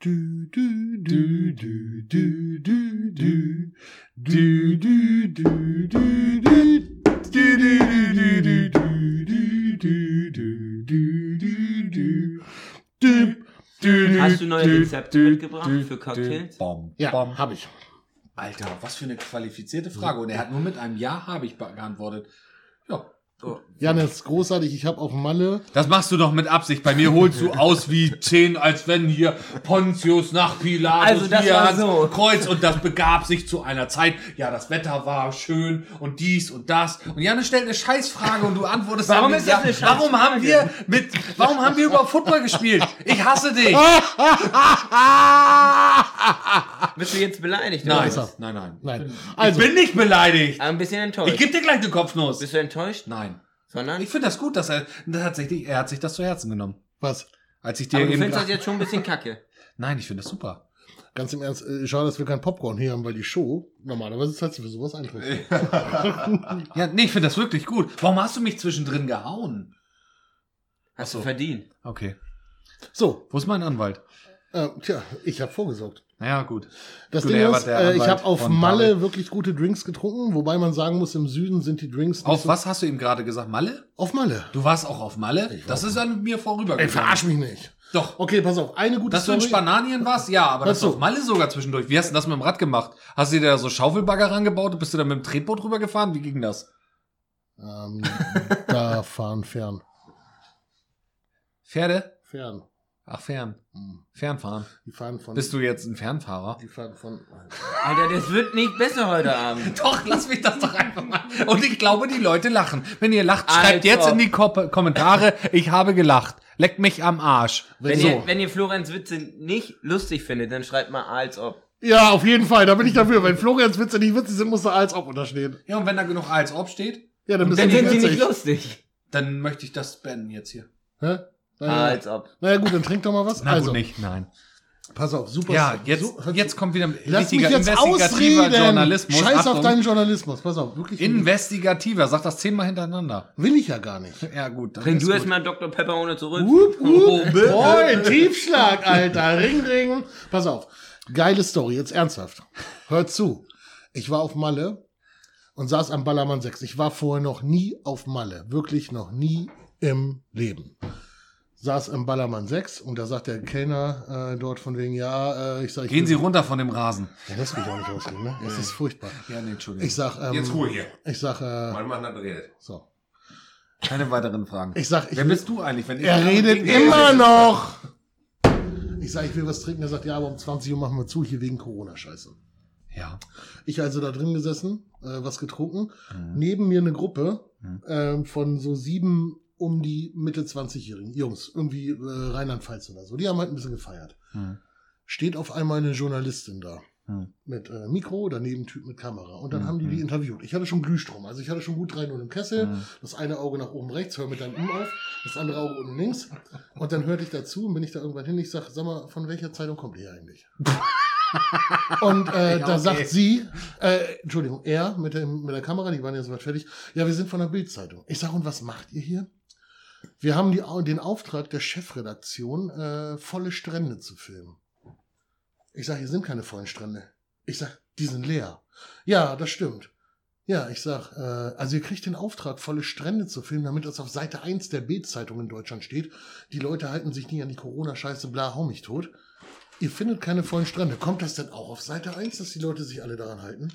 Du, du, du, du, du, du, du. Du, du, du, du, du. Hast du neue Rezepte mitgebracht für Cocktails? Bom, Ja, bom. hab ich. Alter, was für eine qualifizierte Frage. Und er hat nur mit einem Ja habe ich geantwortet. Ja. Janis, großartig. Ich habe auf Malle Das machst du doch mit Absicht. Bei mir holst du aus wie 10, als wenn hier Pontius nach Pilatus Also das hier war ans so. Kreuz und das begab sich zu einer Zeit. Ja, das Wetter war schön und dies und das. Und Janne stellt eine Scheißfrage und du antwortest Warum damit, ist das eine ja, Warum haben wir mit warum haben wir überhaupt Football gespielt? Ich hasse dich. Bist du jetzt beleidigt? Nein, Oder? was? nein, nein. Nein. Also, Also, ich bin nicht beleidigt. Aber ein bisschen Ich enttäuscht. geb dir gleich eine Kopfnuss. Bist du enttäuscht? Nein. Sondern? Ich finde das gut, dass er tatsächlich er hat sich das zu Herzen genommen. was? Als ich dir aber du eben findest das jetzt schon ein bisschen kacke. Nein, ich finde das super. Ganz im Ernst, äh, schade, dass wir kein Popcorn hier haben, weil die Show normalerweise Zeit für sowas eintritt. Ja, nee, ich finde das wirklich gut. Warum hast du mich zwischendrin gehauen? Hast so. du verdient. Okay. So, Wo ist mein Anwalt? äh, tja, ich habe vorgesorgt. Naja, gut. Das Gut, Ding er war ist, der äh, ich Anwalt habe auf von Malle Pavel. wirklich gute Drinks getrunken, wobei man sagen muss, im Süden sind die Drinks nicht Auf so- was hast du eben gerade gesagt? Malle? Auf Malle. Du warst auch auf Malle? Das ist an mir Ey, vorübergegangen. verarsch mich nicht. Doch. Okay, pass auf, eine gute Dass du in Spanien warst? Ja, aber dass Ach du so. auf Malle sogar zwischendurch. Wie hast du das mit dem Rad gemacht? Hast du dir da so Schaufelbagger rangebaut und bist du dann mit dem Tretboot rübergefahren? Wie ging das? ähm, da fahren fern. Pferde? Fern. Ach, fern. Fernfahren. Die fahren von. Bist du jetzt ein Fernfahrer? Die fahren von. Alter, das wird nicht besser heute Abend. Doch, lass mich das doch einfach mal. Und ich glaube, die Leute lachen. Wenn ihr lacht, schreibt Alter. jetzt in die Ko Kommentare, ich habe gelacht. Leckt mich am Arsch. Wenn, so. ihr, wenn ihr Florenz Witze nicht lustig findet, dann schreibt mal als ob. Ja, auf jeden Fall, da bin ich dafür. Wenn Florians Witze nicht witzig sind, muss da als ob unterstehen. Ja, und wenn da genug als ob steht, Ja, dann bist Dann du sind sie nicht witzig. lustig. dann möchte ich das beenden jetzt hier. Hä? Naja, Als ob. naja, gut, dann trink doch mal was. Also. Na also, gut, nicht, nein. pass auf, super. Ja, jetzt, so- hör zu. jetzt kommt wieder Lass mich jetzt investigativer ausreden. Journalismus. Scheiß auf Achtung. deinen Journalismus. Pass auf, wirklich. Investigativer, sag das zehnmal hintereinander. will ich ja gar nicht. Ja, gut. dann Trink ist du gut. erstmal Dr. Pepper ohne zurück. Wupp, Oh, wupp. Moin, Tiefschlag, Alter. Ring, ring. Pass auf. Geile Story, jetzt ernsthaft. Hört zu. Ich war auf Malle und saß am Ballermann 6. Ich war vorher noch nie auf Malle. Wirklich noch nie im Leben. Saß im Ballermann 6 und da sagt der Kellner äh, dort von wegen, ja, äh, ich sag, ich Gehen Sie will- runter von dem Rasen. Ja, lass mich auch nicht ausreden, ne? Das ist furchtbar. Ja, nee, Entschuldigung. Ich sag, ähm, Jetzt Ruhe hier. ich sag, äh, Mein Mann hat redet. so. Keine weiteren Fragen. Ich sag, ich Wer will- bist du eigentlich? Wenn ich Er redet Ding- immer noch. Ich sage, ich will was trinken. Er sagt, ja, aber um 20 Uhr machen wir zu, hier wegen Corona-Scheiße. Ja. Ich also da drin gesessen, äh, was getrunken. Mhm. Neben mir eine Gruppe ähm, von so sieben um die Mitte 20-jährigen Jungs, irgendwie äh, Rheinland-Pfalz oder so. Die haben halt ein bisschen gefeiert. Mhm. Steht auf einmal eine Journalistin da. Mhm. Mit äh, Mikro, daneben ein Typ mit Kamera. Und dann haben die die interviewt. Ich hatte schon Glühstrom, also ich hatte schon gut 3-0 im Kessel. Mhm. Das eine Auge nach oben rechts, hör mit deinem Um auf, das andere Auge unten links. Und dann hörte ich dazu und bin ich da irgendwann hin. Ich sag, sag mal, von welcher Zeitung kommt ihr eigentlich? und äh, da sagt sie, äh, Entschuldigung, er mit, dem, mit der Kamera, die waren ja soweit fertig, ja, wir sind von der Bild-Zeitung. Ich sag, und was macht ihr hier? Wir haben die, Au- den Auftrag der Chefredaktion, äh, volle Strände zu filmen. Ich sag, hier sind keine vollen Strände. Ich sag, die sind leer. Ja, das stimmt. Ja, ich sag, äh, also ihr kriegt den Auftrag, volle Strände zu filmen, damit das auf Seite 1 der Bild-Zeitung in Deutschland steht. Die Leute halten sich nie an die Corona-Scheiße, bla, hau mich tot. Ihr findet keine vollen Strände. Kommt das denn auch auf Seite 1, dass die Leute sich alle daran halten?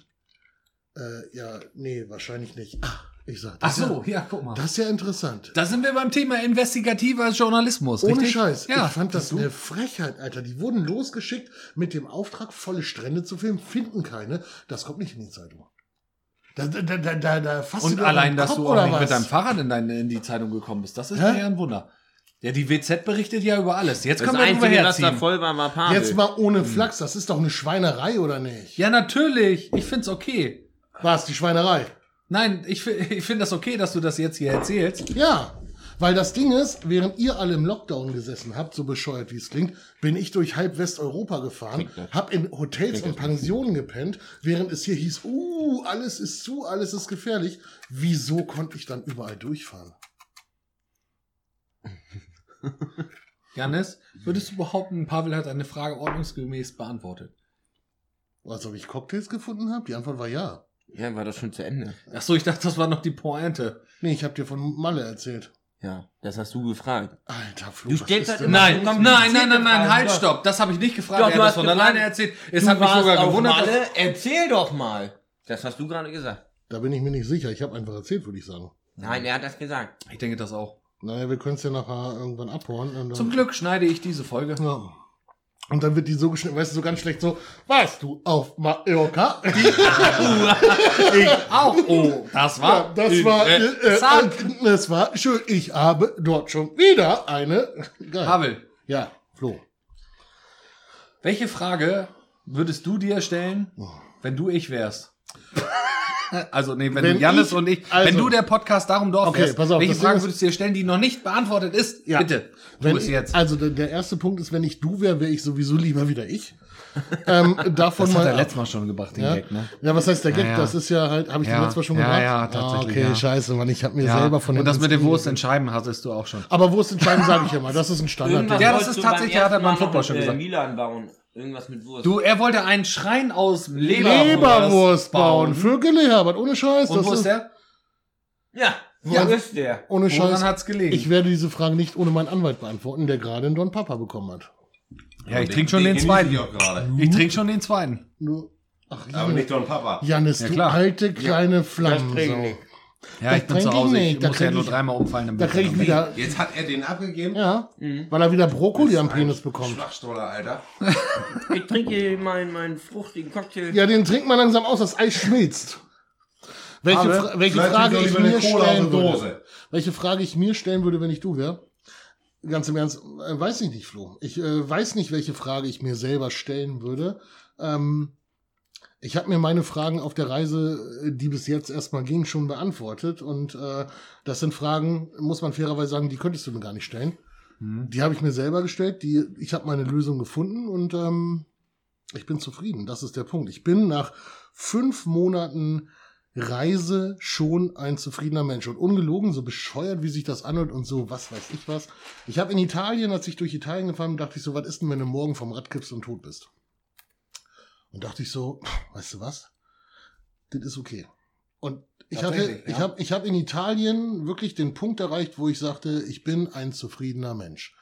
Äh, ja, nee, wahrscheinlich nicht. Ah, ich sag, Ach das, so, ist ja, guck mal. ja, das ist ja interessant. Da sind wir beim Thema investigativer Journalismus, Ohne richtig? Scheiß. Ja. Ich fand das Du? eine Frechheit, Alter. Die wurden losgeschickt mit dem Auftrag, volle Strände zu filmen, finden keine. Das kommt nicht in die Zeitung. Da, da, da, da, da, da fasst Und dir doch allein, den dass Kopf, du oder auch nicht was? mit deinem Fahrrad in, deine, in die Zeitung gekommen bist, das ist Hä? ja ein Wunder. Ja, die WZ berichtet ja über alles. Jetzt Das können wir drüber Einzige, was da herziehen. voll war, war Pavel. Jetzt mal Hm. ohne Flachs, das ist doch eine Schweinerei, oder nicht? Ja, natürlich. Ich find's okay. Was, die Schweinerei? Nein, ich, fi- ich finde das okay, dass du das jetzt hier erzählst. Ja. Weil das Ding ist, während ihr alle im Lockdown gesessen habt, so bescheuert wie es klingt, bin ich durch halb Westeuropa gefahren, hab in Hotels und Pensionen gepennt, während es hier hieß, uh, alles ist zu, alles ist gefährlich. Wieso konnte ich dann überall durchfahren? Janis, würdest du behaupten, Pavel hat eine Frage ordnungsgemäß beantwortet? Was, ob ich Cocktails gefunden habe? Die Antwort war ja. Ja, war das schon zu Ende. Ach so, ich dachte, das war noch die Pointe. Nee, ich habe dir von Malle erzählt. Ja, das hast du gefragt. Alter, Flo, Du was stellst ist halt denn- immer- Nein, Komm, nein, nein, nein, nein, Fragen, halt, doch. stopp. Das habe ich nicht gefragt. Doch, er du hat das hast von gefragt. alleine erzählt. Es Du hat mich warst sogar auf gewundert. dass- Malle, erzähl doch mal. Das hast du gerade gesagt. Da bin ich mir nicht sicher. Ich habe einfach erzählt, würde ich sagen. Nein, er hat das gesagt. Ich denke das auch. Naja, wir können es ja nachher irgendwann abhauen. und dann- Zum Glück schneide ich diese Folge. Ja. Und dann wird die so geschnitten, weißt du, so ganz schlecht so, warst du auf Mallorca? Ich auch. Oh, das war. Ja, das war, äh, äh, interessant. äh, das war schön. Ich habe dort schon wieder eine. Geil. Pavel, Ja, Flo. welche Frage würdest du dir stellen, wenn du ich wärst? Also, nee, wenn, Wenn du Janis ich- und ich, also- wenn du der Podcast darum Dorf Okay, wärst, pass auf, welche das Ding Frage ist- würdest du dir stellen, die noch nicht beantwortet ist? Ja. Bitte, du Wenn bist ich, jetzt. Also der, der erste Punkt ist, wenn ich du wäre, wäre ich sowieso lieber wieder ich. ähm, davon mal ab. Mal schon gebracht, den Ja. ja, was heißt der Gag? ne? Ja, ja. Das ist ja halt, habe ich Ja. den letztes Mal schon Ja, gemacht? ja, tatsächlich, Ah, okay, ja. scheiße, Mann, ich habe mir selber von und das hinten mit dem ins Knie Wurst entscheiden hattest du auch schon. Aber Wurst entscheiden sage ich ja mal, das ist ein Standard. Irgendwas Also, Ja, das wolltest ist du tatsächlich- beim hat er ersten beim Mal Football noch schon mit, äh, gesagt. Milan bauen. Irgendwas mit Wurst. Du, er wollte einen Schrein aus Leberwurst, Leberwurst bauen. Für Geleherbert, ohne Scheiß. Und wo ist der? Ja, wo Ja. ist der? Ohne Woran Scheiß. hat's gelegen? Ich werde diese Frage nicht ohne meinen Anwalt beantworten, der gerade einen Don Papa bekommen hat. ja, ich trinke schon den, zweiten. Ich auch gerade. Hm? Ich trinke schon den zweiten. Nur, ach, Jan, Aber nicht Don Papa. Janis, Ja, du klar. alte kleine Flammen. bringt nicht. Ja, Da ich bin zu trink ich Hause. Ich nicht, da muss ja krieg nur ich- dreimal umfallen. dann Da bin krieg ich ich wieder- wieder, Jetzt hat er den abgegeben. ja, weil er wieder Brokkoli am Penis bekommt. Schwachstroller, Alter. Ich trinke hier meinen, meinen fruchtigen Cocktail. Ja, den trinkt man langsam aus, das Eis schmilzt. Welche, Aber Fra welche Vielleicht Frage lieber ich lieber eine mir Cola aus der stellen würde? Dose. Welche Frage ich mir stellen würde, wenn ich du wäre? Ganz im Ernst, äh, weiß ich nicht, Flo. Ich äh, weiß nicht, welche Frage ich mir selber stellen würde. Ähm, ich habe mir meine Fragen auf der Reise, äh, die bis jetzt erstmal ging, schon beantwortet. Und äh, das sind Fragen, muss man fairerweise sagen, die könntest du mir gar nicht stellen. Hm. Die habe ich mir selber gestellt. Die, ich habe meine Lösung gefunden und ähm, ich bin zufrieden. Das ist der Punkt. Ich bin nach fünf Monaten Reise schon ein zufriedener Mensch. Und ungelogen, so bescheuert, wie sich das anhört und so, was weiß ich was. Ich habe in Italien, als ich durch Italien gefahren bin, dachte ich so, was ist denn, wenn du morgen vom Rad kippst und tot bist? Und dachte ich so, weißt du was? Das ist okay. Und ich hatte, Tatsächlich, ich ja. habe ich hab in Italien wirklich den Punkt erreicht, wo ich sagte, ich bin ein zufriedener Mensch.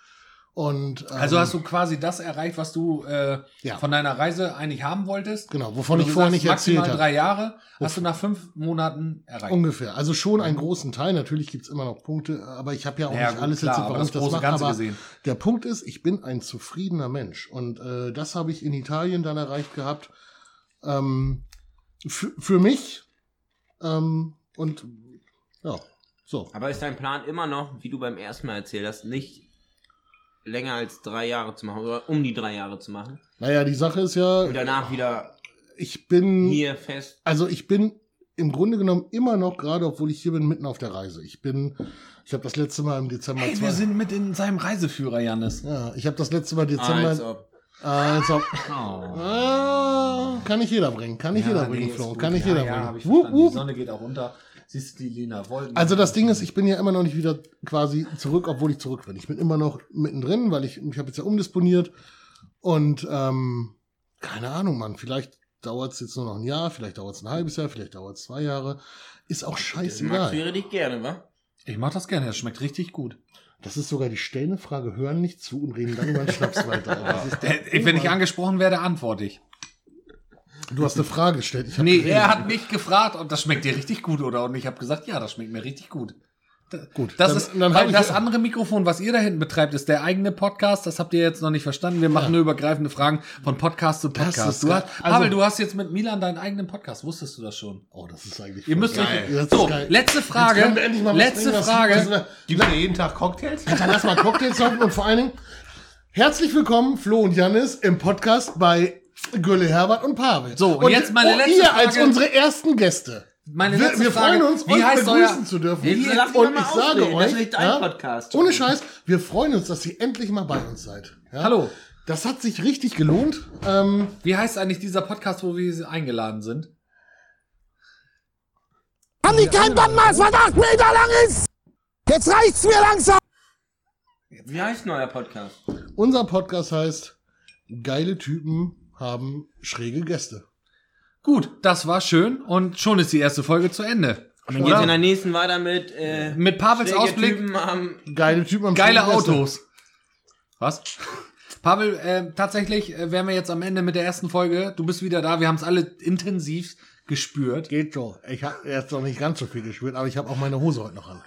Und, ähm, Also hast du quasi das erreicht, was du äh, Ja. von deiner Reise eigentlich haben wolltest? Genau, wovon Wo ich du Also vorher sagst, nicht erzählt maximal habe. drei Jahre hast du nach fünf Monaten erreicht. Ungefähr. Also schon einen großen Teil. Natürlich gibt's immer noch Punkte, aber ich habe ja auch Mhm. Ja, nicht gut, alles klar, erzählt, aber warum das ich das große mache. Ganze Aber gesehen. der Punkt ist, ich bin ein zufriedener Mensch. Und äh, das habe ich in Italien dann erreicht gehabt. Ähm, für, für mich. Ähm, und ja, so. Aber ist dein Plan immer noch, wie du beim ersten Mal erzählt hast, nicht länger als drei Jahre zu machen oder um die drei Jahre zu machen? Naja, die Sache ist ja, Und danach wieder ich bin. hier fest. Also ich bin im Grunde genommen immer noch, gerade obwohl ich hier bin, mitten auf der Reise. Ich bin, ich habe das letzte Mal im Dezember. Hey, zwei- wir sind mit in seinem Reiseführer, Janis. ja, ich habe das letzte Mal Als Dezember. ob. Also, ah, kann nicht jeder bringen, kann nicht jeder bringen, ist Flo, gut. kann nicht ja, jeder ja, hab bringen. ich Wup, verstanden. wup. Die Sonne geht auch unter. Siehst du die Lena Wolken? Also das Ding ist, ich bin ja immer noch nicht wieder quasi zurück, obwohl ich zurück bin. Ich bin immer noch mittendrin, weil ich, ich habe jetzt ja umdisponiert und ähm, keine Ahnung, Mann, vielleicht dauert es jetzt nur noch ein Jahr, vielleicht dauert es ein halbes Jahr, vielleicht dauert es zwei Jahre. Ist auch Max scheißegal. wäre dich gerne, wa? ich mach das gerne, das schmeckt richtig gut. Das ist sogar die stellende Frage, hören nicht zu und reden dann über den Schnaps weiter. Das ist der- Äh, Wenn ich angesprochen werde, antworte ich. du hast eine Frage gestellt. Ich hab Nee, geredet. er hat mich gefragt, ob das schmeckt dir richtig gut oder und ich habe gesagt, ja, das schmeckt mir richtig gut. Gut, Das dann- ist dann hab weil ich- das andere Mikrofon, was ihr da hinten betreibt, ist der eigene Podcast. Das habt ihr jetzt noch nicht verstanden. Wir machen nur übergreifende Fragen von Podcast zu Podcast. ist du geil. hast, Also- Pavel, du hast jetzt mit Milan deinen eigenen Podcast. Wusstest du das schon? Oh, das ist eigentlich Ihr voll müsst geil. euch Das ist so geil. letzte Frage. Jetzt können wir endlich mal was letzte trinken, was- Frage. was- Gibt ja jeden Tag Cocktails? Dann lass mal Cocktails hoffen und vor allen Dingen herzlich willkommen Flo und Jannis im Podcast bei Gülle Herbert und Pavel. So, und jetzt meine letzte ihr Frage. als unsere ersten Gäste. Meine wir, letzte wir Frage, freuen uns, wie euch heißt begrüßen euer- zu dürfen. Jetzt lass mich doch und mal ich sage ausreden, das euch, ist dein Podcast. ohne Scheiß, wir freuen uns, dass ihr endlich mal bei uns seid. Ja? Hallo. Das hat sich richtig gelohnt. Ähm, Wie heißt eigentlich dieser Podcast, wo wir eingeladen sind? Haben die keinen Bandmaß, was acht Meter lang ist? Jetzt reicht's mir langsam. Wie heißt denn euer Podcast? unser Podcast heißt Geile Typen haben schräge Gäste. Gut, das war schön und schon ist die erste Folge zu Ende. Dann geht's in der nächsten weiter mit, äh, Mit Pavels schräge Ausblick Typen am Geile Typen haben Geile schräge Gäste. Autos. Was? Pavel, äh, tatsächlich äh, wären wir jetzt am Ende mit der ersten Folge. Du bist wieder da. Wir haben es alle intensiv gespürt. Geht schon. Ich habe jetzt noch nicht ganz so viel gespürt, aber ich habe auch meine Hose heute noch an.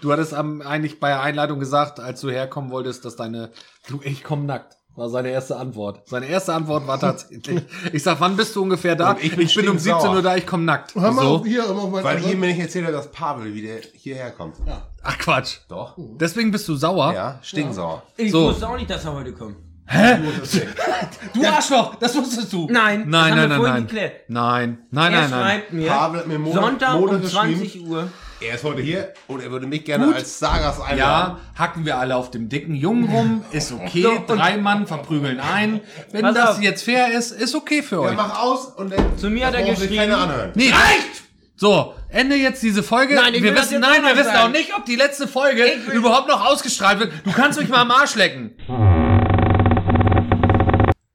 Du hattest am, eigentlich bei der Einleitung gesagt, als du herkommen wolltest, dass deine... Du, ich komm nackt. War seine erste Antwort. Seine erste Antwort war tatsächlich. Ich sag, wann bist du ungefähr da? Und ich bin um 17 stinksauer. Uhr da, ich komm nackt. Hör mal auf So. hier, hör mal auf mein Weil ich ihm Ansatz. nicht erzählt habe, dass Pavel wieder hierher kommt. Ach Quatsch. Doch. Deswegen bist du sauer. Ja, stinksauer. Ich So. wusste auch nicht, dass er heute kommt. Du Arschloch, das wusstest du. Nein, das haben nein, wir nein, nein, vorhin nein. geklärt. Nein, nein, er nein, nein. schreibt mir, Pavel hat mir Mode- Sonntag Mode um geschrieben. 20 Uhr. Er ist heute hier und er würde mich gerne als Sagas einladen. Ja, hacken wir alle auf dem dicken Jungen rum, ist okay. So, und- Drei Mann verprügeln ein. Wenn Pass das auf. jetzt fair ist, ist okay für Ja, euch. mach aus und dann. Zu mir hat dann er braucht sich geschrieben. keiner anhören. Nee, reicht! So, Ende jetzt diese Folge. Halt! Nein, ich wir will das wissen, jetzt nein, wir anders wissen sagen. auch nicht, ob die letzte Folge überhaupt noch ausgestrahlt wird. Du kannst mich mal am Arsch lecken.